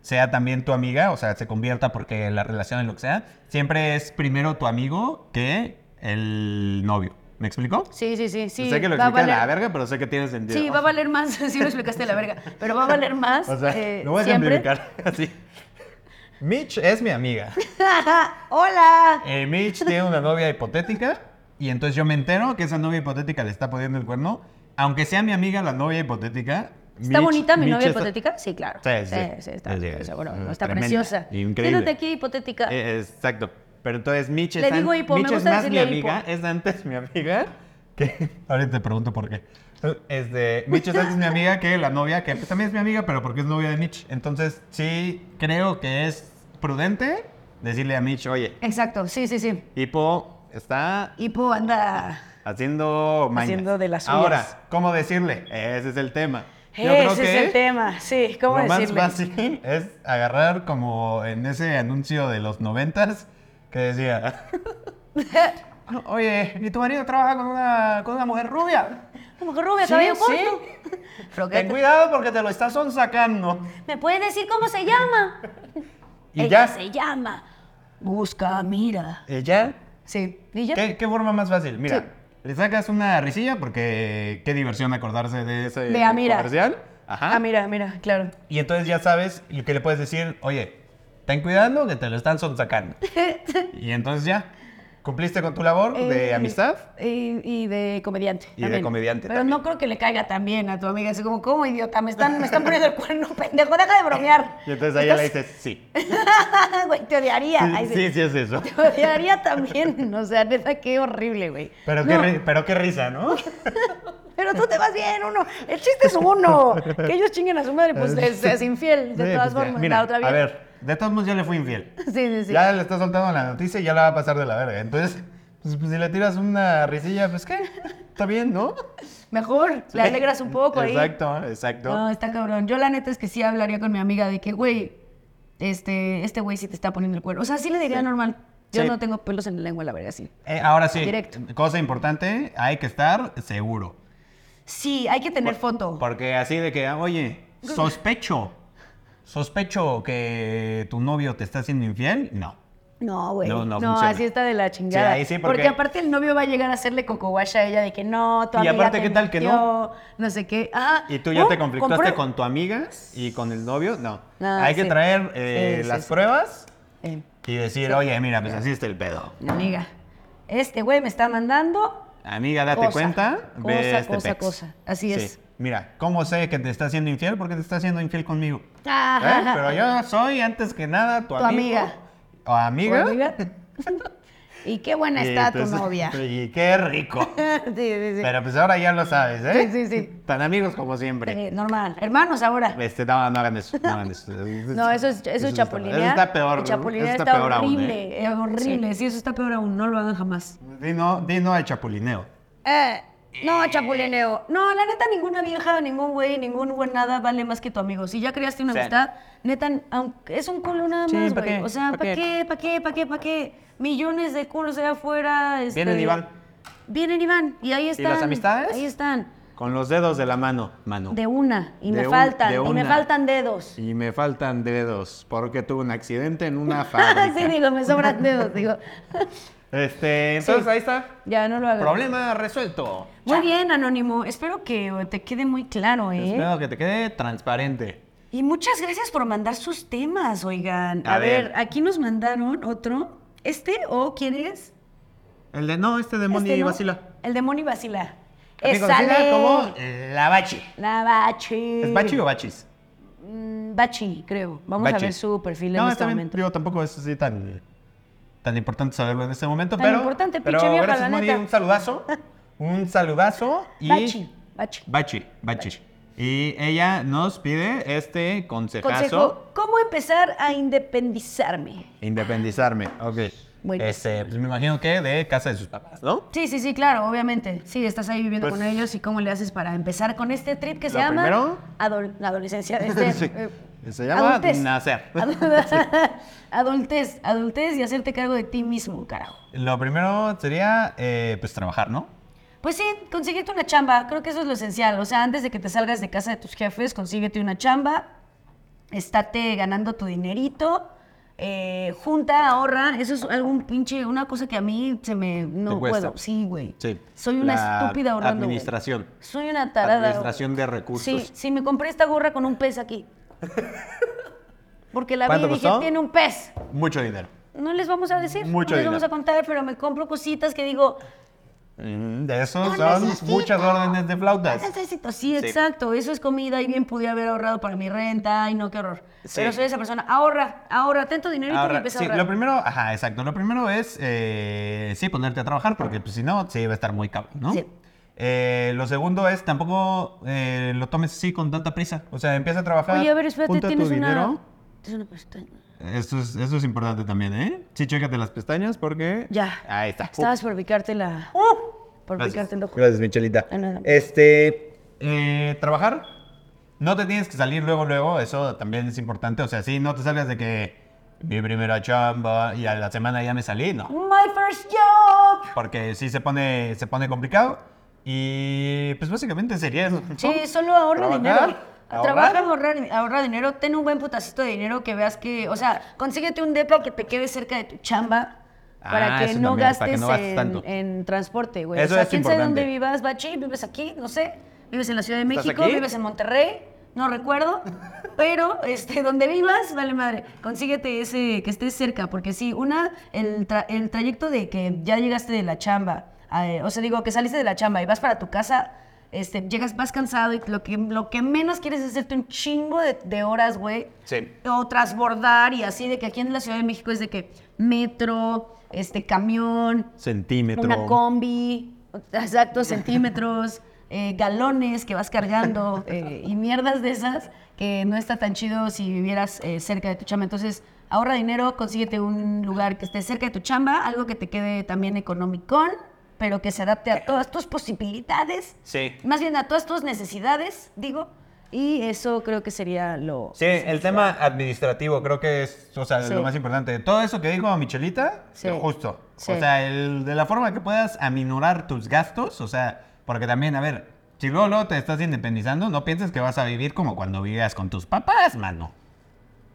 Speaker 2: sea también tu amiga, o sea, se convierta porque la relación es lo que sea, siempre es primero tu amigo que el novio. ¿Me explico?
Speaker 1: Sí, sí, sí. sí
Speaker 2: sé que lo
Speaker 1: va a
Speaker 2: expliqué a la
Speaker 1: valer-
Speaker 2: verga, pero sé que tiene sentido.
Speaker 1: Sí, va a valer más. (laughs) Sí, lo explicaste de la verga. Pero va a valer más.
Speaker 2: (laughs) O sea,
Speaker 1: eh,
Speaker 2: lo voy a
Speaker 1: siempre.
Speaker 2: simplificar (laughs) así. Mitch es mi amiga.
Speaker 1: (laughs) ¡Hola!
Speaker 2: Eh, Mitch tiene una novia hipotética y entonces yo me entero que esa novia hipotética le está poniendo el cuerno. Aunque sea mi amiga la novia hipotética.
Speaker 1: ¿Está
Speaker 2: Mitch-
Speaker 1: bonita mi
Speaker 2: Mitch
Speaker 1: novia
Speaker 2: está-
Speaker 1: hipotética? Sí, claro.
Speaker 2: Sí, sí.
Speaker 1: está,
Speaker 2: Sí,
Speaker 1: o sea, bueno,
Speaker 2: es
Speaker 1: está
Speaker 2: tremenda,
Speaker 1: preciosa.
Speaker 2: increíble.
Speaker 1: Siéntate aquí, hipotética.
Speaker 2: Eh, exacto. Pero entonces Mitch
Speaker 1: Le
Speaker 2: es, an-
Speaker 1: digo hipo, me
Speaker 2: Mitch es
Speaker 1: gusta
Speaker 2: más mi
Speaker 1: decirle hipo.
Speaker 2: amiga, es antes mi amiga. Que (laughs) ahorita te pregunto por qué. Este, Mitch es antes mi amiga que la novia, que pues, también es mi amiga, pero porque es novia de Mitch. Entonces sí creo que es prudente decirle a Mitch, oye,
Speaker 1: Exacto, sí, sí, sí.
Speaker 2: hipo está
Speaker 1: Hipo anda.
Speaker 2: Haciendo mañas.
Speaker 1: Haciendo de las suyas.
Speaker 2: Ahora, ¿cómo decirle? Ese es el tema.
Speaker 1: Ese es el tema, sí, ¿cómo
Speaker 2: lo más
Speaker 1: decirle?
Speaker 2: fácil (laughs) es agarrar como en ese anuncio de los noventas que decía... (laughs) Oye, ¿y tu marido trabaja con una, con una mujer rubia?
Speaker 1: Como que rubia,
Speaker 2: Sí,
Speaker 1: cabello
Speaker 2: sí.
Speaker 1: corto. Froquete.
Speaker 2: Ten cuidado porque te lo estás sacando.
Speaker 1: ¿Me puedes decir cómo se llama?
Speaker 2: Y
Speaker 1: Ella
Speaker 2: ya.
Speaker 1: se llama. Busca, mira.
Speaker 2: ¿Y ya?
Speaker 1: Sí, ¿y ya?
Speaker 2: ¿Qué, qué forma más fácil? Mira,
Speaker 1: Sí.
Speaker 2: le sacas una risilla porque qué diversión acordarse de ese
Speaker 1: De a mira.
Speaker 2: comercial. Ajá.
Speaker 1: Ah, mira, mira, claro.
Speaker 2: Y entonces ya sabes lo que le puedes decir, oye, ten cuidado que te lo
Speaker 1: (laughs)
Speaker 2: están sonsacando. y entonces ya, cumpliste con tu labor de
Speaker 1: Eh,
Speaker 2: amistad.
Speaker 1: Y, y de comediante.
Speaker 2: Y de comediante
Speaker 1: Pero
Speaker 2: también.
Speaker 1: no creo que le caiga tan bien a tu amiga. Así como, ¿cómo idiota? Me están, me están poniendo el cuerno, (laughs) pendejo, deja de bromear.
Speaker 2: Y entonces a ella le
Speaker 1: Estás- (laughs)
Speaker 2: dices, sí.
Speaker 1: Güey, te odiaría. Ay,
Speaker 2: Sí, sí, sí es eso.
Speaker 1: Te (laughs) odiaría también. O sea, neta, qué horrible, güey.
Speaker 2: Pero,
Speaker 1: No,
Speaker 2: qué, ri- pero qué risa, ¿no?
Speaker 1: Pero tú te vas bien, uno. El chiste es
Speaker 2: (laughs)
Speaker 1: uno. Que ellos chinguen a su madre, pues es, es infiel, de
Speaker 2: Sí,
Speaker 1: todas
Speaker 2: pues, ya.
Speaker 1: formas.
Speaker 2: Mira,
Speaker 1: la otra
Speaker 2: a
Speaker 1: bien.
Speaker 2: ver, de todos modos ya le fui infiel.
Speaker 1: (laughs) Sí, sí, sí.
Speaker 2: Ya le está soltando la noticia y ya la va a pasar de la verga. Entonces, pues, pues, si le tiras una risilla, pues qué, (laughs) está bien, ¿no?
Speaker 1: Mejor, le alegras un poco ahí. Ah.
Speaker 2: Exacto, exacto.
Speaker 1: No, está cabrón. Yo la neta es que sí hablaría con mi amiga de que, güey, este, este güey sí te está poniendo el cuerno. O sea, sí le diría normal. Yo
Speaker 2: Sí.
Speaker 1: no tengo pelos en la lengua, la verdad, sí.
Speaker 2: Eh, ahora sí,
Speaker 1: Directo.
Speaker 2: cosa importante, hay que estar seguro.
Speaker 1: Sí, hay que tener foto.
Speaker 2: Porque así de que, oye, sospecho, sospecho que tu novio te está haciendo infiel, no.
Speaker 1: No, güey.
Speaker 2: No, no funciona.
Speaker 1: así está de la chingada.
Speaker 2: ahí sí, porque-
Speaker 1: aparte el novio va a llegar a hacerle coco wash a ella de que no, tu
Speaker 2: Y
Speaker 1: amiga
Speaker 2: aparte,
Speaker 1: te
Speaker 2: ¿qué tal que no?
Speaker 1: mintió, No sé qué. Ah,
Speaker 2: Y tú ya
Speaker 1: oh,
Speaker 2: te conflictaste
Speaker 1: comprueba.
Speaker 2: con tu amiga y con el novio, no.
Speaker 1: Ah,
Speaker 2: hay
Speaker 1: sí.
Speaker 2: que traer eh,
Speaker 1: Sí, sí,
Speaker 2: las
Speaker 1: sí.
Speaker 2: pruebas
Speaker 1: Eh,
Speaker 2: y decir, oye, mira, pues así está el pedo.
Speaker 1: mi amiga, este güey me está mandando
Speaker 2: Amiga, date
Speaker 1: Cosa,
Speaker 2: cuenta, ve
Speaker 1: cosa,
Speaker 2: este
Speaker 1: cosa,
Speaker 2: pex.
Speaker 1: cosa. Así
Speaker 2: Sí.
Speaker 1: es.
Speaker 2: Mira, ¿cómo sé que te está haciendo infiel? Porque te está haciendo infiel conmigo.
Speaker 1: Ah,
Speaker 2: ¿Eh? Pero yo soy, antes que nada, tu,
Speaker 1: Tu
Speaker 2: amigo
Speaker 1: amiga.
Speaker 2: O amiga.
Speaker 1: ¿Tu amiga? y qué buena
Speaker 2: Y
Speaker 1: está tu
Speaker 2: entonces- (laughs)
Speaker 1: novia. sí,
Speaker 2: Y qué rico.
Speaker 1: (laughs) sí, sí.
Speaker 2: Pero pues ahora ya lo sabes, ¿eh?
Speaker 1: Sí, sí, sí.
Speaker 2: Tan amigos como siempre.
Speaker 1: Eh, normal. Hermanos ahora.
Speaker 2: Este, no, no hagan eso, no
Speaker 1: (laughs)
Speaker 2: hagan eso.
Speaker 1: No, eso es, eso es
Speaker 2: está-
Speaker 1: chapulinear.
Speaker 2: Eso está peor.
Speaker 1: Chapulinear
Speaker 2: eso
Speaker 1: está,
Speaker 2: está, peor aún, ¿eh?
Speaker 1: horrible, eh, horrible. Sí. eso está peor aún. No lo hagan jamás.
Speaker 2: Di no, di no al chapulineo.
Speaker 1: Eh,
Speaker 2: Y,
Speaker 1: No, chapulineo. No, la neta, ninguna vieja, ningún güey, ningún buen nada vale más que tu amigo. Si ya creaste una
Speaker 2: Sí.
Speaker 1: amistad, neta, aunque es un culo nada
Speaker 2: Sí,
Speaker 1: más,
Speaker 2: ¿pa'
Speaker 1: güey.
Speaker 2: qué?
Speaker 1: O sea,
Speaker 2: ¿Pa'
Speaker 1: ¿para
Speaker 2: qué?
Speaker 1: qué? ¿Para qué? ¿Para qué? ¿Para qué? Millones de culos allá afuera. este,
Speaker 2: Vienen y van.
Speaker 1: Vienen y van. Y ahí están.
Speaker 2: las amistades?
Speaker 1: Ahí están.
Speaker 2: Con los dedos de la mano, mano.
Speaker 1: De una. Y
Speaker 2: De
Speaker 1: me
Speaker 2: un-
Speaker 1: faltan.
Speaker 2: de
Speaker 1: Y me
Speaker 2: una.
Speaker 1: faltan (laughs) dedos.
Speaker 2: Y me faltan dedos porque tuve un accidente en una
Speaker 1: (laughs) sí,
Speaker 2: fábrica.
Speaker 1: digo, me sobran dedos, digo.
Speaker 2: este, entonces ahí está.
Speaker 1: Ya, no lo hagas.
Speaker 2: Problema resuelto.
Speaker 1: Muy bien, Anónimo. Espero que eh, te quede muy claro, ¿eh?
Speaker 2: Espero que te quede transparente.
Speaker 1: Y muchas gracias por mandar sus temas, oigan. A,
Speaker 2: A
Speaker 1: ver.
Speaker 2: ver.
Speaker 1: aquí nos mandaron otro. ¿Este o quién es?
Speaker 2: El de no, este de
Speaker 1: Este,
Speaker 2: Moni
Speaker 1: ¿no?
Speaker 2: Basila.
Speaker 1: El de Moni Basila.
Speaker 2: También
Speaker 1: Es
Speaker 2: conocida
Speaker 1: Ale.
Speaker 2: como la Bachi.
Speaker 1: La Bachi.
Speaker 2: ¿Es Bachi o Bachis?
Speaker 1: Mm, Bachi, creo. Vamos a
Speaker 2: Bachi.
Speaker 1: ver su perfil en
Speaker 2: No,
Speaker 1: este
Speaker 2: está bien.
Speaker 1: momento.
Speaker 2: Digo, tampoco es así tan, tan importante saberlo en este momento,
Speaker 1: Tan
Speaker 2: pero.
Speaker 1: importante,
Speaker 2: pero
Speaker 1: pinche vieja,
Speaker 2: gracias,
Speaker 1: la
Speaker 2: Moni,
Speaker 1: neta. (laughs)
Speaker 2: un saludazo. Un saludazo y.
Speaker 1: Bachi, Bachi.
Speaker 2: Bachi, Bachi. Y ella nos pide este consejazo.
Speaker 1: Consejo, ¿cómo empezar a independizarme?
Speaker 2: Independizarme. Ok.
Speaker 1: Bueno.
Speaker 2: Este, pues me imagino que de casa de sus papás, ¿no?
Speaker 1: Sí, sí, sí, claro, obviamente. Sí, estás ahí viviendo
Speaker 2: Pues-
Speaker 1: con ellos y cómo le haces para empezar con este trip que se
Speaker 2: Lo
Speaker 1: llama
Speaker 2: primero-
Speaker 1: adol- adolescencia. este,
Speaker 2: (laughs) Sí.
Speaker 1: eh,
Speaker 2: Se llama
Speaker 1: adultez. (laughs)
Speaker 2: nacer.
Speaker 1: Adu- adultez, adultez y hacerte cargo de ti mismo, carajo.
Speaker 2: Lo primero sería, eh, pues, trabajar, ¿no?
Speaker 1: Pues sí, consíguete una chamba, creo que eso es lo esencial. O sea, antes de que te salgas de casa de tus jefes, consíguete una chamba, estate ganando tu dinerito, eh, junta, ahorra. Eso es algún pinche, una cosa que a mí se me... No
Speaker 2: Te cuesta.
Speaker 1: puedo, sí, güey.
Speaker 2: Sí.
Speaker 1: Soy una
Speaker 2: La
Speaker 1: estúpida ahorrando, güey.
Speaker 2: administración.
Speaker 1: Soy una tarada. güey.
Speaker 2: Administración de recursos.
Speaker 1: Sí, sí, me compré esta gorra con un pez aquí. Porque la vi y
Speaker 2: ¿Cuánto
Speaker 1: dije,
Speaker 2: costó?
Speaker 1: tiene un pez.
Speaker 2: Mucho dinero.
Speaker 1: No les vamos a decir,
Speaker 2: Mucho
Speaker 1: no les vamos
Speaker 2: dinero.
Speaker 1: a contar, pero me compro cositas que digo,
Speaker 2: Mm, De eso
Speaker 1: Ah, No
Speaker 2: son
Speaker 1: necesito.
Speaker 2: muchas órdenes de
Speaker 1: "Ah,
Speaker 2: flautas.
Speaker 1: necesito. Sí, exacto, eso es comida y bien pude haber ahorrado para mi renta, ay no, qué horror.
Speaker 2: Sí.
Speaker 1: Pero soy esa persona, ahorra, ahorra, tanto dinerito y
Speaker 2: Ahora,
Speaker 1: empieza a
Speaker 2: sí,
Speaker 1: ahorrar.
Speaker 2: lo primero, ajá, exacto. Lo primero es, eh, sí, ponerte a trabajar, porque pues, si no, sí, va a estar muy caro, ¿no?
Speaker 1: Sí.
Speaker 2: Eh, lo segundo es, tampoco eh, lo tomes así con tanta prisa. O sea, empieza a trabajar.
Speaker 1: Oye, a ver, espérate,
Speaker 2: junta tu
Speaker 1: tienes una...
Speaker 2: dinero.
Speaker 1: tienes una pestaña.
Speaker 2: Esto es, esto es importante también, ¿eh? Sí, chécate las pestañas porque...
Speaker 1: Ya.
Speaker 2: Ahí está.
Speaker 1: Estabas por picarte la... Por picarte el ojo.
Speaker 2: Gracias, Michelita.
Speaker 1: De nada.
Speaker 2: Este, eh, trabajar. No te tienes que salir luego, luego. Eso también es importante. O sea, sí, no te salgas de que mi primera chamba y a la semana ya me salí. No,
Speaker 1: My first job.
Speaker 2: porque sí se pone, se pone complicado. Y pues básicamente sería eso. ¿no?
Speaker 1: Sí, solo ahorra
Speaker 2: Trabajar,
Speaker 1: dinero.
Speaker 2: ahorrar.
Speaker 1: Trabaja, ahorra, ahorra dinero, ten un buen putacito de dinero que veas que, o sea, consíguete un depa que te quede cerca de tu chamba
Speaker 2: Ah,
Speaker 1: para que
Speaker 2: eso
Speaker 1: no
Speaker 2: también,
Speaker 1: gastes,
Speaker 2: para que no gastes
Speaker 1: en-
Speaker 2: tanto.
Speaker 1: En, transporte, güey. o
Speaker 2: Eso
Speaker 1: sea,
Speaker 2: es
Speaker 1: quién sabe dónde
Speaker 2: importante.
Speaker 1: vivas, Bachi, vives aquí, no sé, vives en la Ciudad de
Speaker 2: ¿Estás
Speaker 1: México,
Speaker 2: aquí?
Speaker 1: vives en Monterrey, no recuerdo, pero este, (laughs) donde vivas, vale madre, consíguete ese que estés cerca, porque sí, una, el, tra- el trayecto de que ya llegaste de la chamba, a, eh, o sea, digo, que saliste de la chamba y vas para tu casa, este, llegas, vas cansado y lo que, lo que menos quieres es hacerte un chingo de, de horas, güey.
Speaker 2: Sí.
Speaker 1: O transbordar y así, de que aquí en la Ciudad de México es de que metro, este, camión,
Speaker 2: Centímetro.
Speaker 1: una combi, exacto,
Speaker 2: (laughs)
Speaker 1: centímetros, eh, galones que vas cargando eh, y mierdas de esas que no está tan chido si vivieras eh, cerca de tu chamba. Entonces, ahorra dinero, consíguete un lugar que esté cerca de tu chamba, algo que te quede también económico, pero que se adapte a todas tus posibilidades,
Speaker 2: Sí.
Speaker 1: más bien a todas tus necesidades, digo. Y eso creo que sería lo...
Speaker 2: Sí, el tema administrativo creo que es, o sea,
Speaker 1: Sí.
Speaker 2: lo más importante. Todo eso que dijo Michelita,
Speaker 1: Sí.
Speaker 2: justo.
Speaker 1: Sí.
Speaker 2: O sea, el- de la forma que puedas aminorar tus gastos, o sea, porque también, a ver, si luego, luego te estás independizando, no pienses que vas a vivir como cuando vivías con tus papás, mano.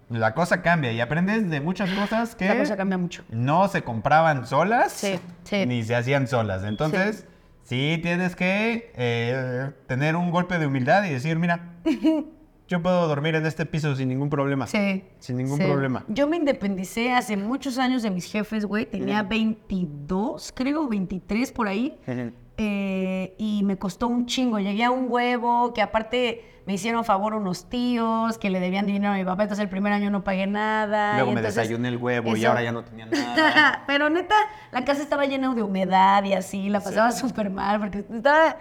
Speaker 2: La cosa cambia y aprendes de muchas cosas que
Speaker 1: La cosa cambia mucho.
Speaker 2: no se compraban solas
Speaker 1: Sí, sí.
Speaker 2: ni se hacían solas. Entonces, sí, tienes que eh, tener un golpe de humildad y decir, mira, yo puedo dormir en este piso sin ningún problema.
Speaker 1: Sí.
Speaker 2: Sin ningún
Speaker 1: sí.
Speaker 2: problema.
Speaker 1: Yo me independicé hace muchos años de mis jefes, güey. Tenía 22, creo, 23 por ahí. Eh, y me costó un chingo. Llegué a un huevo, que aparte me hicieron favor unos tíos, que le debían dinero a mi papá. Entonces el primer año no pagué nada.
Speaker 2: Luego
Speaker 1: y
Speaker 2: me
Speaker 1: entonces-
Speaker 2: desayuné el huevo y
Speaker 1: eso-
Speaker 2: ahora ya no
Speaker 1: (laughs)
Speaker 2: tenía nada.
Speaker 1: Pero neta, la casa estaba llena de humedad y así, la pasaba súper mal porque estaba,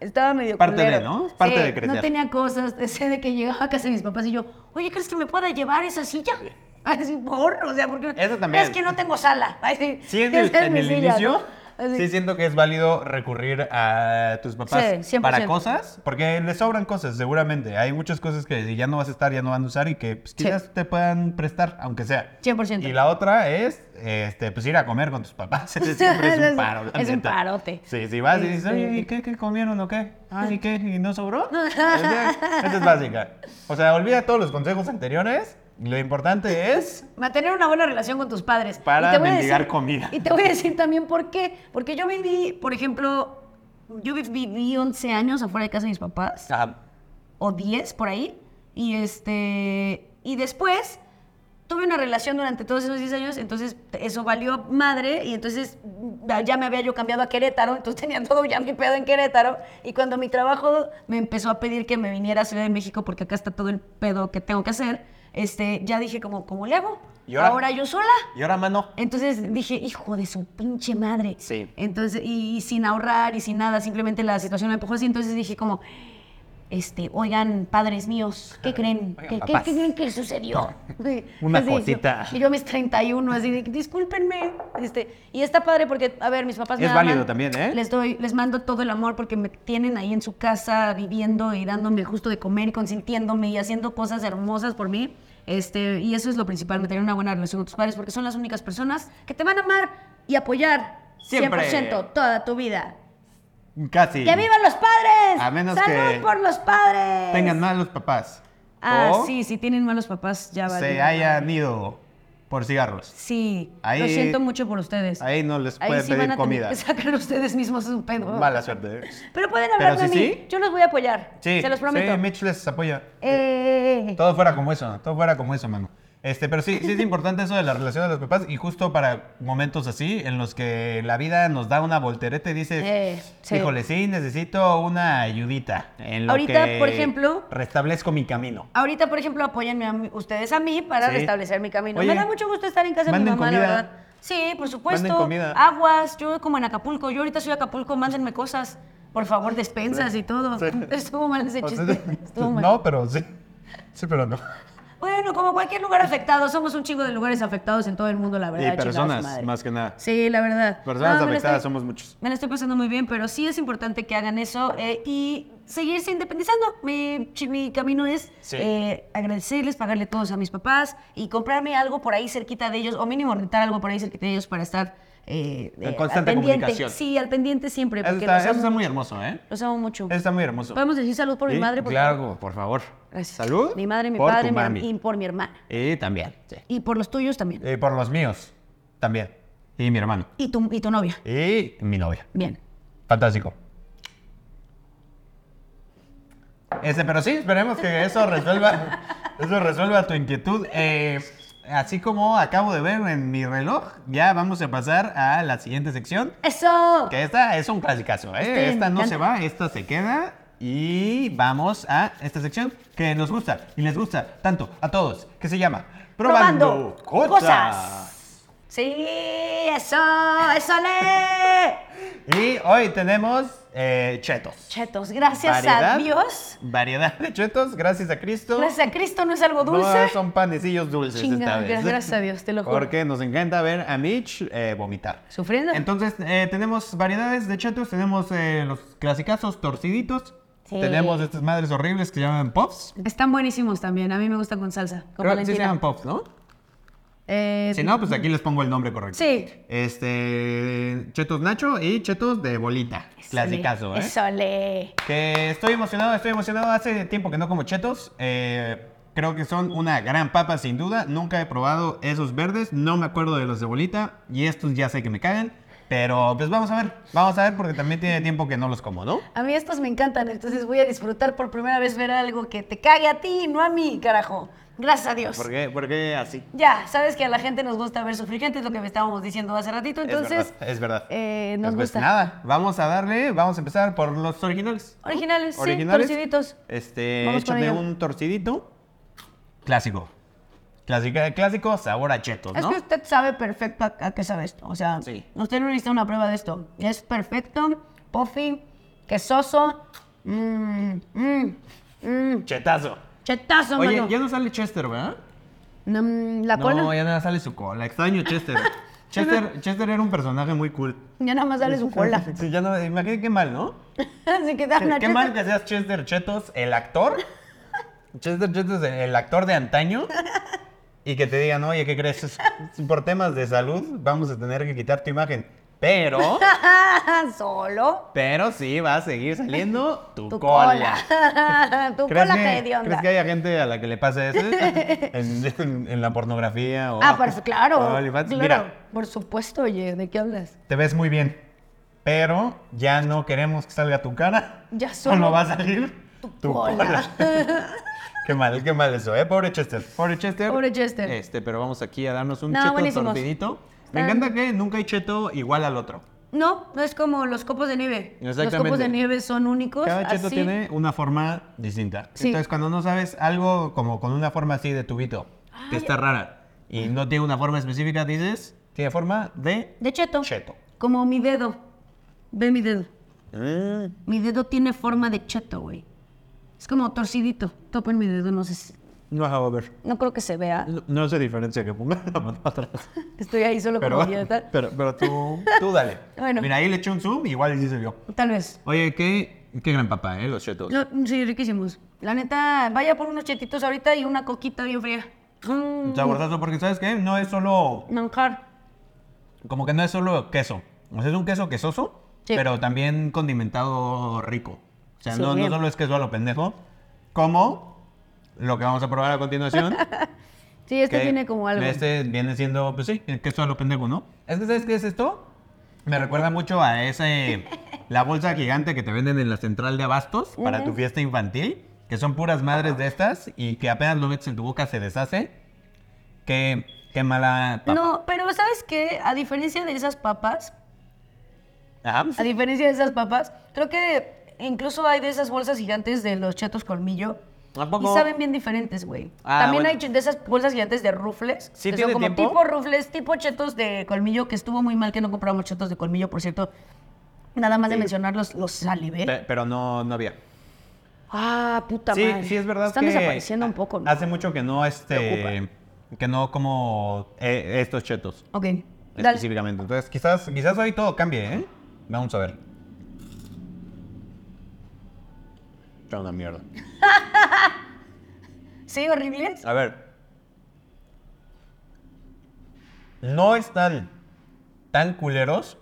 Speaker 1: estaba medio
Speaker 2: Parte de,
Speaker 1: culero.
Speaker 2: ¿no? Es parte
Speaker 1: Sí,
Speaker 2: de crecer.
Speaker 1: No tenía cosas, (laughs) sé de que llegaba a casa de mis papás y yo, oye, ¿crees que me pueda llevar esa silla? (laughs) Así, por, o sea, porque
Speaker 2: Eso también.
Speaker 1: es que no tengo sala. (laughs) Ay,
Speaker 2: Sí, en
Speaker 1: esa
Speaker 2: el-
Speaker 1: es
Speaker 2: en
Speaker 1: mi
Speaker 2: el
Speaker 1: silla,
Speaker 2: inicio,
Speaker 1: ¿no? Así.
Speaker 2: Sí, siento que es válido recurrir a tus papás
Speaker 1: Sí, 100%.
Speaker 2: para cosas, porque les sobran cosas, seguramente. Hay muchas cosas que si ya no vas a estar, ya no van a usar y que pues,
Speaker 1: Sí.
Speaker 2: quizás te puedan prestar, aunque sea.
Speaker 1: 100%.
Speaker 2: Y la otra es, este, pues ir a comer con
Speaker 1: (laughs)
Speaker 2: tus papás. (laughs) Ese siempre es un paro, la
Speaker 1: Es un
Speaker 2: neta.
Speaker 1: parote.
Speaker 2: Sí, si vas y dices,
Speaker 1: Este-
Speaker 2: oye, ¿y qué, qué comieron o qué? Ah, ¿y qué? ¿Y no
Speaker 1: (laughs)
Speaker 2: sobró? Esa es básica. O sea, olvida todos los consejos anteriores. Lo importante es...
Speaker 1: Mantener una buena relación con tus padres.
Speaker 2: Para
Speaker 1: Y te voy a
Speaker 2: mendigar
Speaker 1: decir-
Speaker 2: comida.
Speaker 1: Y te voy a decir también por qué. Porque yo viví, por ejemplo, yo vi- viví 11 años afuera de casa de mis papás,
Speaker 2: ah,
Speaker 1: o 10 por ahí, y este y después tuve una relación durante todos esos 10 años, entonces eso valió madre, y entonces mm, ya me había yo cambiado a Querétaro, entonces tenía todo ya mi pedo en Querétaro, y cuando mi trabajo me empezó a pedir que me viniera a Ciudad de México porque acá está todo el pedo que tengo que hacer, este, ya dije como, ¿cómo le hago?
Speaker 2: ¿Y ahora?
Speaker 1: Ahora yo sola.
Speaker 2: y ahora, mano,
Speaker 1: Entonces dije, hijo de su pinche madre.
Speaker 2: Sí.
Speaker 1: Entonces, y, y sin ahorrar y sin nada, simplemente la situación me empujó así. Entonces dije como, este, oigan, padres míos, ¿qué creen?
Speaker 2: Oigan,
Speaker 1: ¿Qué, qué,
Speaker 2: papás.
Speaker 1: qué creen que sucedió? (laughs) Sí,
Speaker 2: Una
Speaker 1: yo-
Speaker 2: cosita.
Speaker 1: Y yo, a mis 31, así, de, discúlpenme. Este, y está padre porque, a ver, mis papás me
Speaker 2: Es
Speaker 1: aman.
Speaker 2: válido también, ¿eh?
Speaker 1: Les doy, les mando todo el amor porque me tienen ahí en su casa viviendo y dándome el gusto de comer y consintiéndome y haciendo cosas hermosas por mí. Este, y eso es lo principal, mantener una buena relación con tus padres porque son las únicas personas que te van a amar y apoyar
Speaker 2: Siempre.
Speaker 1: 100% toda tu vida.
Speaker 2: casi...
Speaker 1: ¡Que vivan los padres!
Speaker 2: A menos
Speaker 1: ¡Salud
Speaker 2: que
Speaker 1: por los padres!
Speaker 2: tengan malos papás.
Speaker 1: Ah,
Speaker 2: o
Speaker 1: sí, si tienen malos papás ya va.
Speaker 2: se hayan ido por cigarros.
Speaker 1: Sí, lo
Speaker 2: Ahí-
Speaker 1: siento mucho por ustedes.
Speaker 2: Ahí no les
Speaker 1: Ahí
Speaker 2: pueden
Speaker 1: sí van
Speaker 2: pedir
Speaker 1: a
Speaker 2: comida.
Speaker 1: tener que sacar (laughs) ustedes mismos su pedo.
Speaker 2: Mala suerte. ¿eh?
Speaker 1: Pero pueden hablar
Speaker 2: Pero
Speaker 1: de
Speaker 2: si
Speaker 1: mí.
Speaker 2: sí.
Speaker 1: Yo los voy a apoyar.
Speaker 2: Sí,
Speaker 1: se los prometo.
Speaker 2: sí, Mitch les apoya.
Speaker 1: Eh,
Speaker 2: Todo fuera como eso, todo fuera como eso, mano. Este, pero sí, sí
Speaker 1: (laughs)
Speaker 2: es importante eso de la relación de los papás y justo para momentos así en los que la vida nos da una voltereta y dices,
Speaker 1: Eh, sí.
Speaker 2: híjole, sí, necesito una ayudita en lo
Speaker 1: Ahorita,
Speaker 2: que
Speaker 1: por ejemplo-
Speaker 2: restablezco
Speaker 1: (laughs)
Speaker 2: mi camino.
Speaker 1: ahorita, por ejemplo, apóyenme a mí- ustedes a mí para
Speaker 2: Sí.
Speaker 1: restablecer mi camino.
Speaker 2: Oye,
Speaker 1: Me da mucho gusto estar en casa de mi
Speaker 2: manden
Speaker 1: mamá, la
Speaker 2: comida.
Speaker 1: verdad. Sí, por supuesto.
Speaker 2: Manden comida.
Speaker 1: Aguas, yo como en Acapulco, yo ahorita soy de Acapulco, mándenme cosas. Por favor, despensas y todo.
Speaker 2: Sí.
Speaker 1: (laughs) Estuvo mal ese
Speaker 2: O sea,
Speaker 1: chiste. Estuvo mal.
Speaker 2: (laughs) no, pero sí. Sí, pero no.
Speaker 1: Bueno, como cualquier lugar afectado, somos un chingo de lugares afectados en todo el mundo, la verdad.
Speaker 2: y
Speaker 1: chingados
Speaker 2: personas,
Speaker 1: madre.
Speaker 2: más que nada.
Speaker 1: Sí, la verdad.
Speaker 2: Personas
Speaker 1: No, Eh, me la
Speaker 2: afectadas
Speaker 1: estoy-
Speaker 2: somos muchos.
Speaker 1: Me la estoy pasando muy bien, pero sí es importante que hagan eso eh, y seguirse independizando. Mi, chi- mi camino es
Speaker 2: Sí.
Speaker 1: eh, agradecerles, pagarle todos a mis papás y comprarme algo por ahí cerquita de ellos o mínimo rentar algo por ahí cerquita de ellos para estar eh,
Speaker 2: En
Speaker 1: eh, al
Speaker 2: constante
Speaker 1: pendiente.
Speaker 2: comunicación.
Speaker 1: Sí, al pendiente siempre.
Speaker 2: Eso
Speaker 1: Porque
Speaker 2: está,
Speaker 1: los,
Speaker 2: eso
Speaker 1: amo,
Speaker 2: está muy hermoso, ¿eh?
Speaker 1: los amo mucho.
Speaker 2: Eso está muy hermoso.
Speaker 1: Podemos decir salud por
Speaker 2: Sí,
Speaker 1: mi madre. Por
Speaker 2: Claro, por favor.
Speaker 1: Gracias.
Speaker 2: Salud.
Speaker 1: Mi madre, mi
Speaker 2: por
Speaker 1: padre,
Speaker 2: tu
Speaker 1: mi her-
Speaker 2: mami.
Speaker 1: y por mi hermana.
Speaker 2: Y también. sí.
Speaker 1: Y por los tuyos también.
Speaker 2: Y Eh, por los míos, también. Y mi hermano.
Speaker 1: Y tu, y tu novia.
Speaker 2: Y mi novia.
Speaker 1: Bien.
Speaker 2: Fantástico. Este, pero sí, esperemos que eso resuelva, (laughs) eso resuelva tu inquietud. Eh, así como acabo de ver en mi reloj, ya vamos a pasar a la siguiente sección.
Speaker 1: ¡Eso!
Speaker 2: Que esta es un clasicazo, ¿eh?
Speaker 1: Este,
Speaker 2: esta
Speaker 1: me
Speaker 2: no se
Speaker 1: encanta.
Speaker 2: va, esta se queda. Y vamos a esta sección que nos gusta y les gusta tanto a todos, que se llama Probando,
Speaker 1: Probando Cosas. Sí, eso, eso le.
Speaker 2: Y hoy tenemos eh, chetos.
Speaker 1: Chetos, gracias a Dios.
Speaker 2: Variedad de chetos, gracias a Cristo.
Speaker 1: Gracias a Cristo no es algo dulce.
Speaker 2: No son panecillos dulces
Speaker 1: Chinga,
Speaker 2: esta vez.
Speaker 1: gra- gracias a Dios, te lo juro.
Speaker 2: Porque nos encanta ver a Mitch eh, vomitar.
Speaker 1: Sufriendo.
Speaker 2: Entonces, eh, tenemos variedades de chetos. Tenemos eh, los clasicazos torciditos.
Speaker 1: Sí.
Speaker 2: Tenemos estas madres horribles que se llaman puffs.
Speaker 1: Están buenísimos también. A mí me gustan con salsa. Con
Speaker 2: Creo que sí se
Speaker 1: Valentina.
Speaker 2: llaman puffs, ¿no?
Speaker 1: Eh,
Speaker 2: Si no, pues aquí les pongo el nombre correcto.
Speaker 1: Sí.
Speaker 2: Este, chetos nacho y chetos de bolita.
Speaker 1: eso
Speaker 2: Clasicazo,
Speaker 1: le,
Speaker 2: ¿eh?
Speaker 1: Eso le.
Speaker 2: Que estoy emocionado, estoy emocionado. Hace tiempo que no como chetos. Eh, creo que son una gran papa, sin duda. Nunca he probado esos verdes. No me acuerdo de los de bolita. Y estos ya sé que me cagan. Pero pues vamos a ver. Vamos a ver porque también tiene tiempo que no los como, ¿no?
Speaker 1: A mí estos me encantan, entonces voy a disfrutar por primera vez ver algo que te cague a ti, no a mí, carajo. Gracias a Dios.
Speaker 2: qué, ¿Por qué así?
Speaker 1: Ya, sabes que a la gente nos gusta ver sufrir gente, es lo que me estábamos diciendo hace ratito, entonces...
Speaker 2: es verdad. Es verdad.
Speaker 1: eh, nos
Speaker 2: pues
Speaker 1: gusta.
Speaker 2: nada, vamos a darle, vamos a empezar por los originales. ¿no?
Speaker 1: Originales, sí, torciditos.
Speaker 2: Este,
Speaker 1: Vamos con
Speaker 2: échame
Speaker 1: ello.
Speaker 2: un torcidito. Clásico. Clásica, clásico, sabor a chetos,
Speaker 1: Es
Speaker 2: ¿no?
Speaker 1: que usted sabe perfecto a, a qué sabe esto. O sea,
Speaker 2: Sí.
Speaker 1: usted no necesita una prueba de esto. Es perfecto, puffy, quesoso. Mmm, mmm, mmm.
Speaker 2: Chetazo.
Speaker 1: Chetazo,
Speaker 2: Oye,
Speaker 1: mano.
Speaker 2: ya no sale Chester, ¿verdad?
Speaker 1: Mm, la cola.
Speaker 2: (laughs) No, ya nada sale su cola. Extraño Chester. Chester, Chester era un personaje muy cool.
Speaker 3: Ya nada más
Speaker 2: (laughs)
Speaker 3: sale su cola.
Speaker 1: (laughs)
Speaker 2: Sí, ya no, imagínate qué mal, ¿no?
Speaker 3: Así que dan
Speaker 2: Qué,
Speaker 3: una
Speaker 2: qué mal que seas Chester Chetos, el (laughs) actor. Chester Chetos, el, el actor de antaño. Y que te digan, oye, ¿qué crees? Es- Por temas de salud vamos a tener que quitar tu imagen. (laughs) Pero,
Speaker 3: (laughs) Solo.
Speaker 2: pero sí va a seguir saliendo tu,
Speaker 3: Tu
Speaker 2: cola.
Speaker 3: cola. tu
Speaker 2: ¿Crees
Speaker 3: cola (laughs)
Speaker 2: que-
Speaker 3: que de
Speaker 2: ¿Crees
Speaker 3: onda.
Speaker 2: que haya gente a la que le pase
Speaker 3: (laughs)
Speaker 2: eso? en, en- en la pornografía o...
Speaker 3: Ah, pues claro.
Speaker 2: o OnlyFans?
Speaker 3: claro.
Speaker 2: Mira,
Speaker 3: Por supuesto, oye, ¿de qué hablas?
Speaker 2: te ves muy bien, pero ya no queremos que salga tu cara.
Speaker 3: Ya
Speaker 2: solo
Speaker 3: solo
Speaker 2: va a salir tu, cola. (laughs) qué mal, qué mal eso, ¿eh? Pobre Chester. Pobre Chester.
Speaker 3: Pobre Chester.
Speaker 2: Este, pero vamos aquí a darnos un
Speaker 3: No,
Speaker 2: cheto
Speaker 3: buenísimos.
Speaker 2: tortidito. Me
Speaker 3: Están-
Speaker 2: encanta que nunca hay cheto igual al otro.
Speaker 3: No, no es como los copos de nieve. Los copos
Speaker 2: Exactamente.
Speaker 3: de nieve son únicos.
Speaker 2: Cada cheto
Speaker 3: así.
Speaker 2: tiene una forma distinta.
Speaker 3: Sí.
Speaker 2: Entonces, cuando no sabes algo como con una forma así de tubito, que está rara, y no tiene una forma específica, dices, tiene forma de
Speaker 3: De cheto.
Speaker 2: cheto.
Speaker 3: Como mi dedo. Ve mi dedo.
Speaker 2: Mm.
Speaker 3: Mi dedo tiene forma de cheto, güey. Es como torcidito. Topen mi dedo, no sé si-
Speaker 2: No a ver.
Speaker 3: No creo que se vea.
Speaker 2: No, no sé diferencia que ponga la mano atrás.
Speaker 3: Estoy ahí solo
Speaker 2: Pero,
Speaker 3: (laughs) como idiota.
Speaker 2: pero, pero tú, tú dale.
Speaker 3: Bueno.
Speaker 2: Mira, ahí le eché un zoom, igual y sí se vio.
Speaker 3: Tal vez.
Speaker 2: Oye, qué, qué gran papá, ¿eh? Los chetos.
Speaker 3: No, mm, sí, riquísimos. La neta, vaya por unos chetitos ahorita y una coquita bien fría. Mm,
Speaker 2: Saborzazo, porque ¿sabes qué? No es solo,
Speaker 3: manjar.
Speaker 2: como que no es solo queso. O sea, es un queso quesoso,
Speaker 3: Sí.
Speaker 2: pero también condimentado rico. O sea,
Speaker 3: Sí,
Speaker 2: no, no
Speaker 3: bien.
Speaker 2: solo es queso a lo pendejo, como lo que vamos a probar a continuación.
Speaker 3: (laughs) Sí, este
Speaker 2: que
Speaker 3: tiene como algo.
Speaker 2: Este viene siendo, pues sí, el queso a lo pendejo, ¿no? Es que, ¿sabes qué es esto? Me recuerda mucho a
Speaker 3: (laughs)
Speaker 2: ese, la bolsa gigante que te venden en la central de abastos para tu fiesta infantil, que son puras madres de estas y que apenas lo metes en tu boca se deshace. Qué, qué mala papa.
Speaker 3: No, pero ¿sabes qué? A diferencia de esas papas,
Speaker 2: Ajá.
Speaker 3: a diferencia de esas papas, creo que incluso hay de esas bolsas gigantes de los chetos colmillo.
Speaker 2: ¿A poco?
Speaker 3: Y saben bien diferentes, güey.
Speaker 2: Ah,
Speaker 3: También
Speaker 2: bueno.
Speaker 3: hay ch- de esas bolsas gigantes de rufles.
Speaker 2: ¿Sí
Speaker 3: que
Speaker 2: tiene
Speaker 3: son como
Speaker 2: tiempo?
Speaker 3: tipo rufles, tipo chetos de colmillo, que estuvo muy mal que no compramos chetos de colmillo, por cierto. Nada más de mencionarlos, los salivé.
Speaker 2: Pe- Pero no, no había.
Speaker 3: Ah, puta
Speaker 2: Sí,
Speaker 3: madre.
Speaker 2: sí es verdad
Speaker 3: Están
Speaker 2: que
Speaker 3: desapareciendo un poco, ¿no?
Speaker 2: Hace mucho que no este que no como eh, estos chetos
Speaker 3: Ok. Dale.
Speaker 2: específicamente. Entonces, quizás quizás hoy todo cambie, ¿eh? Vamos a ver. Está una mierda.
Speaker 3: Sí, horribles.
Speaker 2: A ver. No están tan culeros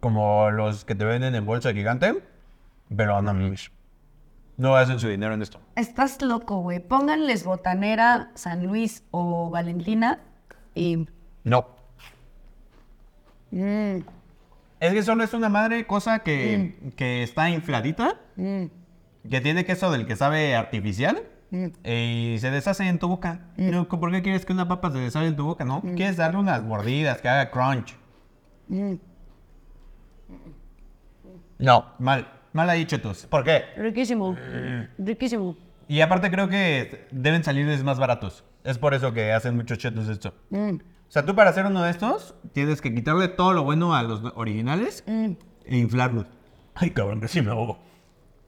Speaker 2: como los que te venden en bolsa gigante, pero no mames. No hacen su dinero en esto.
Speaker 3: Estás loco, güey. Pónganles botanera, San Luis o Valentina y.
Speaker 2: No.
Speaker 3: Mm,
Speaker 2: Es que solo es una madre cosa que, que está infladita,
Speaker 3: mm,
Speaker 2: que tiene queso del que sabe artificial eh,
Speaker 3: mm.
Speaker 2: y se deshace en tu boca. No, ¿Por qué quieres que una papa se deshace en tu boca? No,
Speaker 3: Mm.
Speaker 2: quieres darle unas mordidas, que haga crunch. No, mal, mal ahí, chetos. ¿Por qué?
Speaker 3: Riquísimo.
Speaker 2: Mm.
Speaker 3: Riquísimo.
Speaker 2: Y aparte creo que deben salirles más baratos. Es por eso que hacen muchos chetos esto.
Speaker 3: Mm,
Speaker 2: O sea, tú para hacer uno de estos, tienes que quitarle todo lo bueno a los originales
Speaker 3: mm.
Speaker 2: e inflarlos. Ay, cabrón, que sí me ahogo.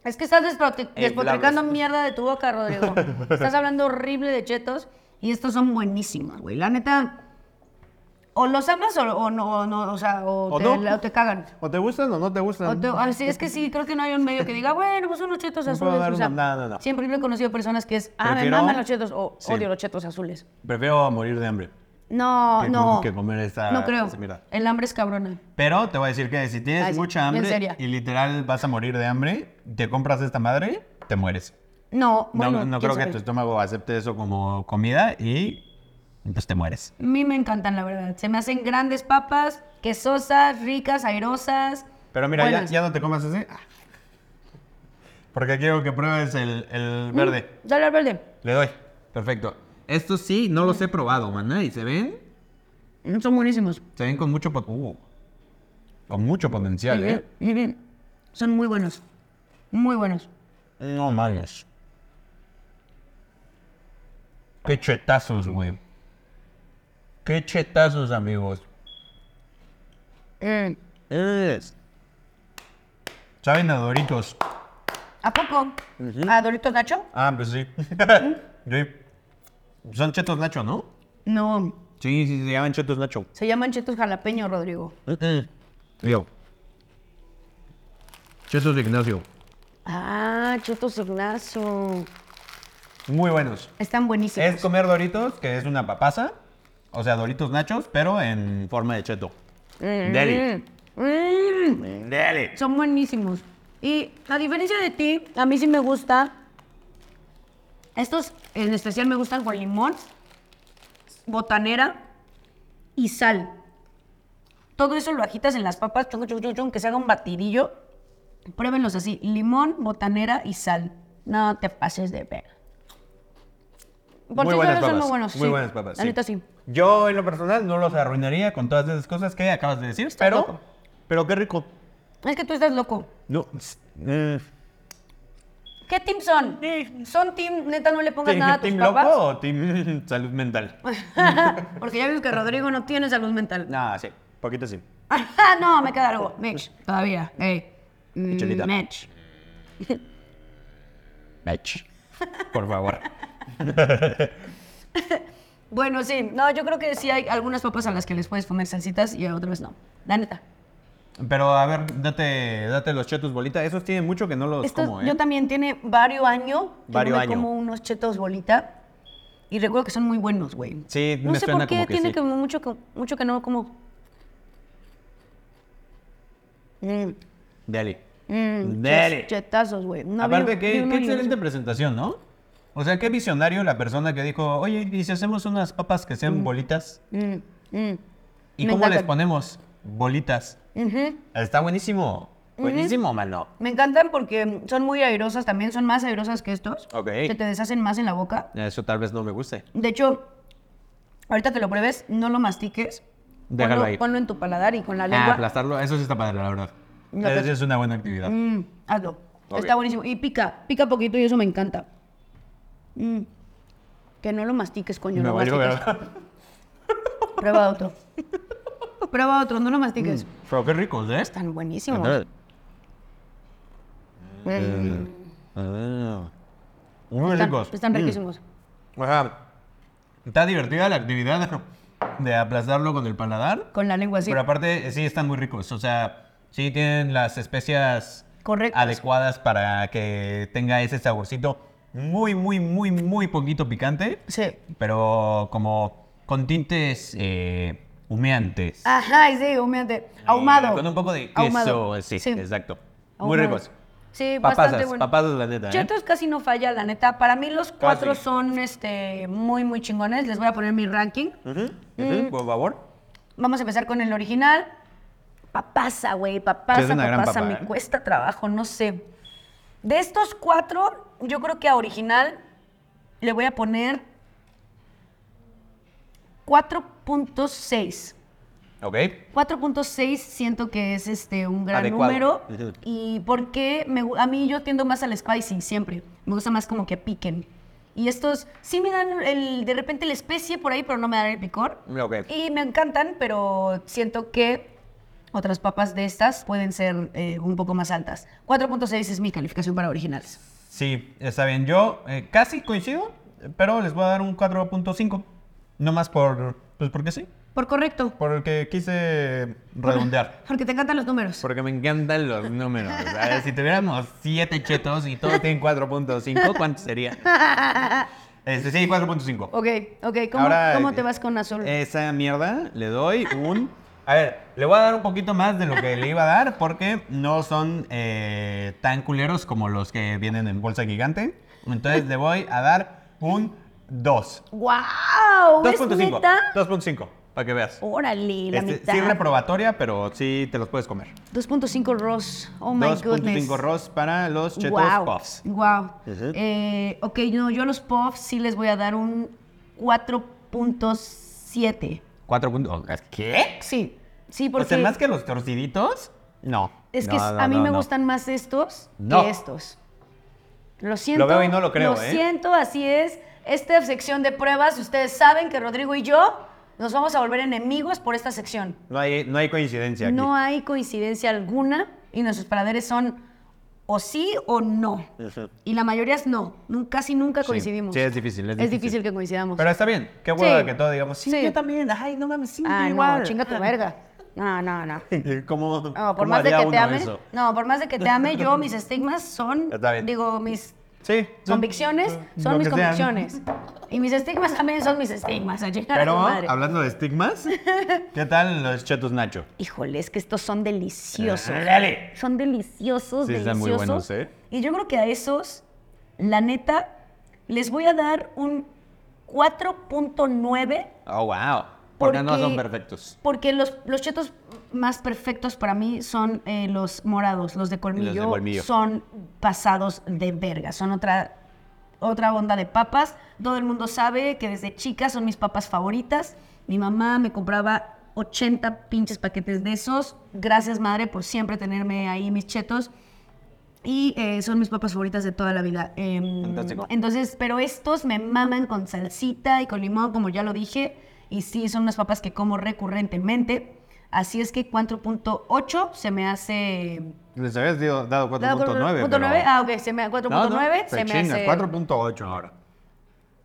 Speaker 3: Es que estás despro-
Speaker 2: Eh,
Speaker 3: despotricando
Speaker 2: palabras.
Speaker 3: mierda de tu
Speaker 2: (laughs)
Speaker 3: boca, Rodrigo. estás hablando horrible de chetos y estos son buenísimos, güey. La neta. O los amas o, o no, o no, o sea, o,
Speaker 2: O
Speaker 3: te,
Speaker 2: no.
Speaker 3: o te cagan.
Speaker 2: O te gustan o no te gustan.
Speaker 3: O te- ah, sí, es que sí, creo que no hay un medio que diga, bueno, pues unos chetos
Speaker 2: Me puedo
Speaker 3: azules.
Speaker 2: dar
Speaker 3: o sea,
Speaker 2: uno. No, no, no.
Speaker 3: Siempre he conocido personas que es, ah,
Speaker 2: Prefiero-
Speaker 3: me maman los chetos o
Speaker 2: Sí.
Speaker 3: odio los chetos azules.
Speaker 2: Prefiero morir de hambre.
Speaker 3: No,
Speaker 2: Que-
Speaker 3: no.
Speaker 2: que comer pues, esa-
Speaker 3: No creo.
Speaker 2: esa mierda.
Speaker 3: El hambre es cabrona.
Speaker 2: Pero te voy a decir que si tienes
Speaker 3: Ay, Ah, sí,
Speaker 2: mucha
Speaker 3: bien
Speaker 2: hambre
Speaker 3: seria.
Speaker 2: y literal vas a morir de hambre, te compras esta madre, te mueres.
Speaker 3: No,
Speaker 2: No-
Speaker 3: bueno,
Speaker 2: no
Speaker 3: quién
Speaker 2: creo que
Speaker 3: sabe.
Speaker 2: tu estómago acepte eso como comida y entonces te mueres.
Speaker 3: A mí me encantan, la verdad. Se me hacen grandes papas, quesosas, ricas, airosas.
Speaker 2: Pero mira, ya,
Speaker 3: buenas.
Speaker 2: ya no te comas ese. Ah. Porque quiero que pruebes el, el verde.
Speaker 3: Dale al verde.
Speaker 2: Le doy. Perfecto. Estos sí, no los he probado, maná. ¿Y se ven?
Speaker 3: Mm, Son buenísimos.
Speaker 2: Se ven con mucho, pot- uh, con mucho potencial, ¿eh?
Speaker 3: Muy bien. Son muy buenos. Muy buenos.
Speaker 2: No mames. Qué chetazos, güey. Qué chetazos, amigos.
Speaker 3: Mm.
Speaker 2: Saben a Doritos.
Speaker 3: ¿A poco? ¿A Doritos Nacho?
Speaker 2: (laughs) Ah, pues sí. Sí. Son chetos nacho, ¿no?
Speaker 3: No.
Speaker 2: Sí, sí, se llaman Chetos Nacho.
Speaker 3: Se llaman chetos jalapeño, Rodrigo.
Speaker 2: Mm. Yo. Chetos de Ignacio.
Speaker 3: Ah, chetos Ignacio.
Speaker 2: Muy buenos.
Speaker 3: Están buenísimos.
Speaker 2: Es comer Doritos, que es una papasa. O sea, Doritos Nachos, pero en forma de cheto. Deli.
Speaker 3: Mm, mm.
Speaker 2: Deli.
Speaker 3: Son buenísimos. Y a diferencia de ti, a mí sí me gusta. Estos en especial me gustan con limón, botanera y sal. Todo eso lo agitas en las papas, chun, chun, chun, chun, que se haga un batidillo. Pruébenlos así, limón, botanera y sal. No te pases de ver.
Speaker 2: muy buenas papas.
Speaker 3: muy buenos.
Speaker 2: muy
Speaker 3: sí.
Speaker 2: buenas papas.
Speaker 3: La neta sí.
Speaker 2: Yo, en lo personal, no los arruinaría con todas esas cosas que acabas de decir,
Speaker 3: Estás
Speaker 2: pero.
Speaker 3: loco.
Speaker 2: Pero qué rico.
Speaker 3: Es que tú estás loco.
Speaker 2: No. eh,
Speaker 3: ¿Qué team son? Son team, neta, no le pongas
Speaker 2: ¿te-
Speaker 3: nada a tus
Speaker 2: ¿Team
Speaker 3: papas.
Speaker 2: loco o team (laughs) salud
Speaker 3: (laughs)
Speaker 2: mental?
Speaker 3: Porque ya vimos que Rodrigo no tiene salud (laughs) mental.
Speaker 2: Nada, sí. Poquito sí.
Speaker 3: Ajá, Ah, no, me queda algo. Mitch, todavía. Ey. Mm,
Speaker 2: Michelita.
Speaker 3: Mitch.
Speaker 2: Match. Por favor. (laughs)
Speaker 3: Bueno, sí. No, yo creo que sí hay algunas papas a las que les puedes poner salsitas y a otras no. La neta.
Speaker 2: Pero a ver, date, date los chetos bolita. Esos tienen mucho que no los
Speaker 3: Esto,
Speaker 2: como, ¿eh?
Speaker 3: Yo también tiene varios años. que no
Speaker 2: Vario
Speaker 3: me
Speaker 2: año.
Speaker 3: como unos chetos bolita. Y recuerdo que son muy buenos, güey.
Speaker 2: Sí,
Speaker 3: no
Speaker 2: me
Speaker 3: sé
Speaker 2: suena
Speaker 3: por qué
Speaker 2: como que
Speaker 3: tiene
Speaker 2: sí.
Speaker 3: que mucho, que mucho que no como. Mm,
Speaker 2: Deli.
Speaker 3: mm,
Speaker 2: Dele.
Speaker 3: ches- Chetazos, güey. No había-
Speaker 2: Aparte,
Speaker 3: vi
Speaker 2: qué,
Speaker 3: uno
Speaker 2: qué
Speaker 3: y yo-
Speaker 2: excelente presentación, ¿no? O sea, qué visionario la persona que dijo, oye, ¿y si hacemos unas papas que sean bolitas?
Speaker 3: Mm, mm.
Speaker 2: ¿Y
Speaker 3: Me
Speaker 2: cómo les
Speaker 3: encantan.
Speaker 2: ponemos? Bolitas.
Speaker 3: Ujú.
Speaker 2: Está buenísimo. Buenísimo, mano.
Speaker 3: Me encantan porque son muy airosas también, son más airosas que estos.
Speaker 2: Ok.
Speaker 3: Se te deshacen más en la boca.
Speaker 2: Eso tal vez no me guste.
Speaker 3: De hecho, ahorita que lo pruebes, no lo mastiques.
Speaker 2: Déjalo
Speaker 3: ponlo,
Speaker 2: ahí.
Speaker 3: ponlo en tu paladar y con la
Speaker 2: Ah,
Speaker 3: lengua.
Speaker 2: aplastarlo, eso sí está padre, la verdad.
Speaker 3: No,
Speaker 2: Esa
Speaker 3: pero-
Speaker 2: es una buena actividad.
Speaker 3: Mm, hazlo.
Speaker 2: Ok.
Speaker 3: Está buenísimo. Y pica, pica poquito y eso me encanta. Mm. Que no lo mastiques, coño.
Speaker 2: me
Speaker 3: no
Speaker 2: valió
Speaker 3: mastiques.
Speaker 2: ver.
Speaker 3: (laughs) Prueba otro. Prueba otro, no lo mastiques.
Speaker 2: (laughs) Pero qué ricos, ¿eh?
Speaker 3: Están buenísimos. Mm.
Speaker 2: Ah. Eh, Muy
Speaker 3: Están-
Speaker 2: ricos. Mm.
Speaker 3: están riquísimos.
Speaker 2: Ajá. Está divertida la actividad de aplastarlo con el paladar.
Speaker 3: Con la lengua así.
Speaker 2: Pero aparte, eh, sí están muy ricos. O sea, sí tienen las especias
Speaker 3: Correcto.
Speaker 2: adecuadas para que tenga ese saborcito muy, muy, muy, muy poquito picante.
Speaker 3: Sí.
Speaker 2: Pero como con tintes eh, humeantes.
Speaker 3: Ajá, y sí, humeante. Ah, Ahumado.
Speaker 2: Eh, Con un poco de queso. eh,
Speaker 3: Ahumado.
Speaker 2: Sí,
Speaker 3: Sí.
Speaker 2: exacto. Muy
Speaker 3: Ahumado.
Speaker 2: ricos.
Speaker 3: Sí, bastante
Speaker 2: Papasas,
Speaker 3: bueno.
Speaker 2: papasas, la neta. ¿eh?
Speaker 3: Chetos casi no falla, la neta. Para mí los cuatro
Speaker 2: Casi.
Speaker 3: son este, muy, muy chingones. Les voy a poner mi ranking.
Speaker 2: Ujú,
Speaker 3: Mm.
Speaker 2: ujú, Por favor.
Speaker 3: Vamos a empezar con el original. Papasa, güey, papasa,
Speaker 2: Sí, es una gran
Speaker 3: papasa.
Speaker 2: papa,
Speaker 3: me
Speaker 2: ¿eh?
Speaker 3: cuesta trabajo, no sé. De estos cuatro, yo creo que a original le voy a poner 4.6.
Speaker 2: Ok.
Speaker 3: 4.6 siento que es este un gran
Speaker 2: Adecuado.
Speaker 3: número
Speaker 2: Ujú.
Speaker 3: y porque me gu- a mí yo tiendo más al spicy siempre me gusta más como que piquen y estos sí me dan el de repente la especie por ahí pero no me dan el picor
Speaker 2: Ok.
Speaker 3: y me encantan pero siento que otras papas de estas pueden ser eh, un poco más altas 4.6 es mi calificación para originales
Speaker 2: Sí, está bien. Yo eh, casi coincido, pero les voy a dar un 4.5. No más por. Pues porque sí.
Speaker 3: por correcto
Speaker 2: Porque quise redondear.
Speaker 3: porque te encantan los números
Speaker 2: (laughs) Porque me encantan los (laughs) números. A ver, si tuviéramos 7 chetos y todos tienen 4.5, ¿cuánto
Speaker 3: (laughs)
Speaker 2: sería? Este, sí, 4.5.
Speaker 3: ok ok ¿cómo,
Speaker 2: Ahora,
Speaker 3: cómo
Speaker 2: eh,
Speaker 3: te vas con azul?
Speaker 2: Esa mierda le doy un. A ver, le voy a dar un poquito más de lo que le iba a dar porque no son eh, tan culeros como los que vienen en bolsa gigante. Entonces le voy a dar un 2.
Speaker 3: ¡Wow! Oh, ¿Es
Speaker 2: 2.5.
Speaker 3: neta?
Speaker 2: 2.5, para que veas.
Speaker 3: Órale, la
Speaker 2: Este,
Speaker 3: mitad.
Speaker 2: sí, reprobatoria, pero sí te los puedes comer.
Speaker 3: 2.5 Ross. Oh my goodness.
Speaker 2: 2.5 Ross para los Chetos
Speaker 3: wow.
Speaker 2: Puffs.
Speaker 3: Wow.
Speaker 2: Ujú.
Speaker 3: Eh, ok, no, yo a los Puffs sí les voy a dar un 4.7.
Speaker 2: 4.5. oh, ¿Qué?
Speaker 3: Sí. Sí,
Speaker 2: O
Speaker 3: porque
Speaker 2: sea, más que los torciditos, no.
Speaker 3: es que
Speaker 2: No, no,
Speaker 3: a mí
Speaker 2: no,
Speaker 3: me
Speaker 2: no.
Speaker 3: gustan más estos
Speaker 2: No.
Speaker 3: que estos. Lo siento.
Speaker 2: veo y no lo creo,
Speaker 3: Lo
Speaker 2: ¿eh?
Speaker 3: siento, así es. Esta sección de pruebas, ustedes saben que Rodrigo y yo nos vamos a volver enemigos por esta sección.
Speaker 2: No hay, no hay coincidencia aquí.
Speaker 3: No hay coincidencia alguna y nuestros paraderes son o sí o no.
Speaker 4: Ujú.
Speaker 3: Y la mayoría es no. Nun- casi nunca coincidimos.
Speaker 2: sí, es difícil, es difícil.
Speaker 3: que coincidamos.
Speaker 2: Pero está bien, qué hueva
Speaker 3: Sí.
Speaker 2: que todo digamos, sí,
Speaker 3: Sí.
Speaker 2: yo también, ay, no mames, sí,
Speaker 3: ah,
Speaker 2: yo
Speaker 3: no,
Speaker 2: igual.
Speaker 3: chinga
Speaker 2: (laughs)
Speaker 3: tu verga. No, no, no.
Speaker 4: ¿Cómo,
Speaker 3: No, por
Speaker 4: cómo
Speaker 3: más de
Speaker 4: haría
Speaker 3: que te
Speaker 4: uno
Speaker 3: ame,
Speaker 4: eso?
Speaker 3: no, por más de que te ame, yo mis estigmas son,
Speaker 2: Está bien.
Speaker 3: digo, mis
Speaker 2: Sí, son-
Speaker 3: convicciones son
Speaker 2: lo
Speaker 3: mis
Speaker 2: que sean.
Speaker 3: convicciones. Y mis estigmas también son mis estigmas. a chingar
Speaker 2: (laughs)
Speaker 3: a
Speaker 2: Pero
Speaker 3: su madre.
Speaker 2: hablando de
Speaker 3: (laughs)
Speaker 2: estigmas, ¿qué tal los chetos Nacho?
Speaker 3: Híjole, es que estos son deliciosos.
Speaker 2: Dale.
Speaker 3: Son deliciosos,
Speaker 4: Sí, están
Speaker 3: deliciosos.
Speaker 4: muy buenos, ¿eh?
Speaker 3: Y yo creo que a esos, la neta, les voy a dar un 4.9
Speaker 4: Oh, wow. Porque
Speaker 3: Porque-
Speaker 4: no son perfectos.
Speaker 3: porque los, los chetos más perfectos para mí son eh, los morados, los de, colmillo,
Speaker 4: colmillo.
Speaker 3: Son pasados de verga, son otra, otra onda de papas. Todo el mundo sabe que desde chica son mis papas favoritas. Mi mamá me compraba 80 pinches paquetes de esos. Gracias madre por siempre tenerme ahí mis chetos. Y eh, son mis papas favoritas de toda la vida. Em,
Speaker 4: Fantástico.
Speaker 3: entonces, pero estos me maman con salsita y con limón, como ya lo dije. Y sí, son unas papas que como recurrentemente. Así es que 4.8 se me hace...
Speaker 4: Les habías dio- dado 4.9.
Speaker 3: ¿4.9?
Speaker 4: pero-
Speaker 3: Ah, ok, se me, 4.9
Speaker 4: No, no,
Speaker 3: se me
Speaker 4: pechinas,
Speaker 3: hace...
Speaker 4: 4.8 ahora.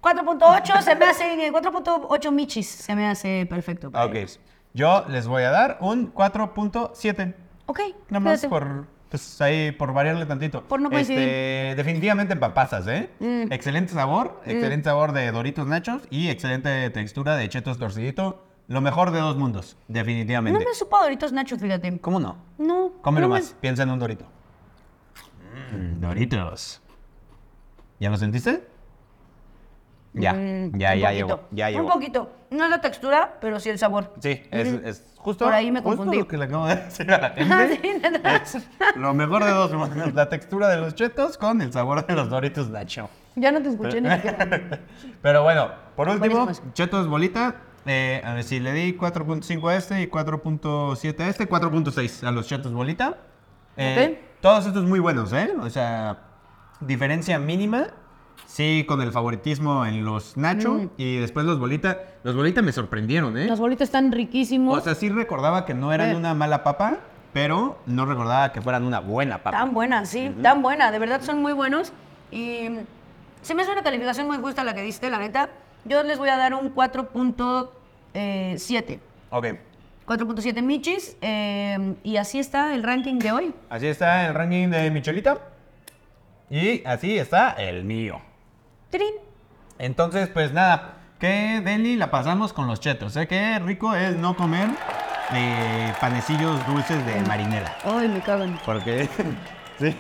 Speaker 3: 4.8 se me hace... eh, 4.8 michis se me hace perfecto.
Speaker 4: Ah,
Speaker 3: para
Speaker 2: Ok,
Speaker 3: ellos.
Speaker 2: yo les voy a dar un 4.7.
Speaker 3: Ok,
Speaker 2: Nada más
Speaker 3: fíjate.
Speaker 2: por, pues, ahí, por variarle tantito.
Speaker 3: Por no
Speaker 2: Este,
Speaker 3: coincidir. Mm.
Speaker 2: definitivamente papasas, ¿eh? Excelente sabor, excelente sabor de Doritos Nachos y excelente textura de Chetos Torcidito. Lo mejor de dos mundos,
Speaker 3: No
Speaker 2: definitivamente.
Speaker 3: me supo a Doritos Nachos, fíjate.
Speaker 4: ¿Cómo no?
Speaker 3: No.
Speaker 2: Cómelo
Speaker 3: no me-
Speaker 2: más, piensa en un Dorito. Mm, Doritos. ¿Ya lo sentiste?
Speaker 4: Ya,
Speaker 3: Mm,
Speaker 4: ya,
Speaker 3: un
Speaker 4: ya
Speaker 3: poquito,
Speaker 4: llegó. Ya llegó.
Speaker 3: Un poquito. No es la textura, pero sí el sabor.
Speaker 4: Sí, es, es justo.
Speaker 3: Por ahí me
Speaker 2: Justo
Speaker 3: confundí.
Speaker 2: lo que le acabo de decir a la
Speaker 3: (laughs) Ah,
Speaker 2: gente.
Speaker 3: sí, nada.
Speaker 2: Lo mejor de dos mundos, la textura de los chetos con el sabor de los Doritos Nacho. (laughs)
Speaker 3: ya no te escuché ni siquiera.
Speaker 2: Pero bueno, por último,
Speaker 3: Buenísimo.
Speaker 2: chetos bolita. eh, a ver si le di 4.5 a este y 4.7 a este, 4.6 a los chetos bolita. Eh, Todos estos muy buenos, ¿eh? O sea, diferencia mínima. Sí, con el favoritismo en los nacho
Speaker 3: Mm.
Speaker 2: y después los bolita. Los bolita me sorprendieron, ¿eh?
Speaker 3: Los bolitos están
Speaker 2: O
Speaker 3: riquísimos.
Speaker 2: sea, sí recordaba que no eran
Speaker 3: Sí.
Speaker 2: una mala papa, pero no recordaba que fueran una buena papa.
Speaker 3: tan buenas, sí, tan buenas. De verdad son muy buenos. Y mm, se me hace una calificación muy justa la que diste, la neta. Yo les voy a dar un eh, 4.7.
Speaker 2: Ok,
Speaker 3: 4.7 michis. eh, y así está el ranking de hoy.
Speaker 2: así está el ranking de Michelita. Y así está el mío.
Speaker 3: ¡Trin!
Speaker 2: Entonces, pues nada, que deli la pasamos con los chetos. ¿eh? Qué rico es no comer eh, panecillos dulces de marinera.
Speaker 3: Ay, me cagan.
Speaker 2: Porque (laughs) sí,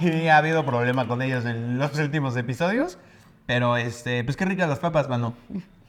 Speaker 2: sí, ha habido problema con ellos en los últimos episodios. Pero, este, pues qué ricas las papas, mano.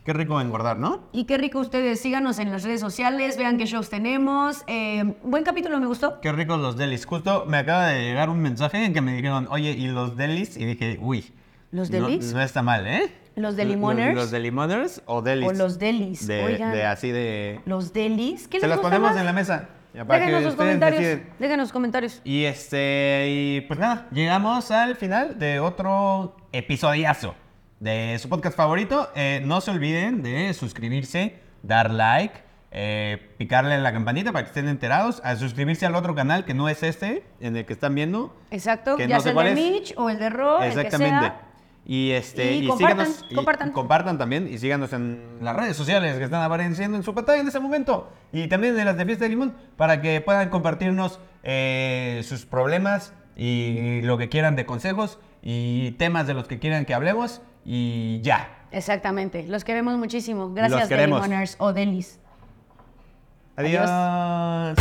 Speaker 2: Qué rico engordar, ¿no?
Speaker 3: Y qué rico ustedes. Síganos en las redes sociales, vean qué shows tenemos. Eh, buen capítulo, me gustó.
Speaker 2: Qué ricos los delis. Justo me acaba de llegar un mensaje en que me dijeron, oye, ¿y los delis? Y dije, uy.
Speaker 3: ¿Los
Speaker 2: no-
Speaker 3: delis?
Speaker 2: No, está mal, ¿eh?
Speaker 3: Los delimoners.
Speaker 2: Los, los delimoners o delis.
Speaker 3: O los delis.
Speaker 2: De,
Speaker 3: Oigan,
Speaker 2: de así de...
Speaker 3: los delis. ¿Qué
Speaker 2: Se las
Speaker 3: les gusta
Speaker 2: ponemos
Speaker 3: más?
Speaker 2: en la mesa. ya para
Speaker 3: Déjenos
Speaker 2: que
Speaker 3: sus
Speaker 2: ustedes
Speaker 3: comentarios.
Speaker 2: deciden.
Speaker 3: Déjenos comentarios.
Speaker 2: Y este, y pues nada, llegamos al final de otro episodiazo de su podcast favorito. Eh, no se olviden de suscribirse, dar like, eh, picarle a la campanita para que estén enterados, a suscribirse al otro canal que no es este, en el que están viendo.
Speaker 3: Exacto.
Speaker 2: Que
Speaker 3: ya
Speaker 2: no sé
Speaker 3: sea
Speaker 2: cuál
Speaker 3: el de
Speaker 2: es.
Speaker 3: Mitch o el de Ro, el que
Speaker 2: Exactamente.
Speaker 3: sea.
Speaker 2: Y este,
Speaker 3: Y
Speaker 2: y,
Speaker 3: compartan,
Speaker 2: síganos, y
Speaker 3: compartan.
Speaker 2: también y síganos en las redes sociales que están apareciendo en su pantalla en este momento y también en las de Fiesta de Limón para que puedan compartirnos eh, sus problemas y lo que quieran de consejos y temas de los que quieran que hablemos y ya.
Speaker 3: Exactamente. Los queremos muchísimo. Gracias,
Speaker 2: queremos.
Speaker 3: Delimoners o Delis.
Speaker 2: Adiós.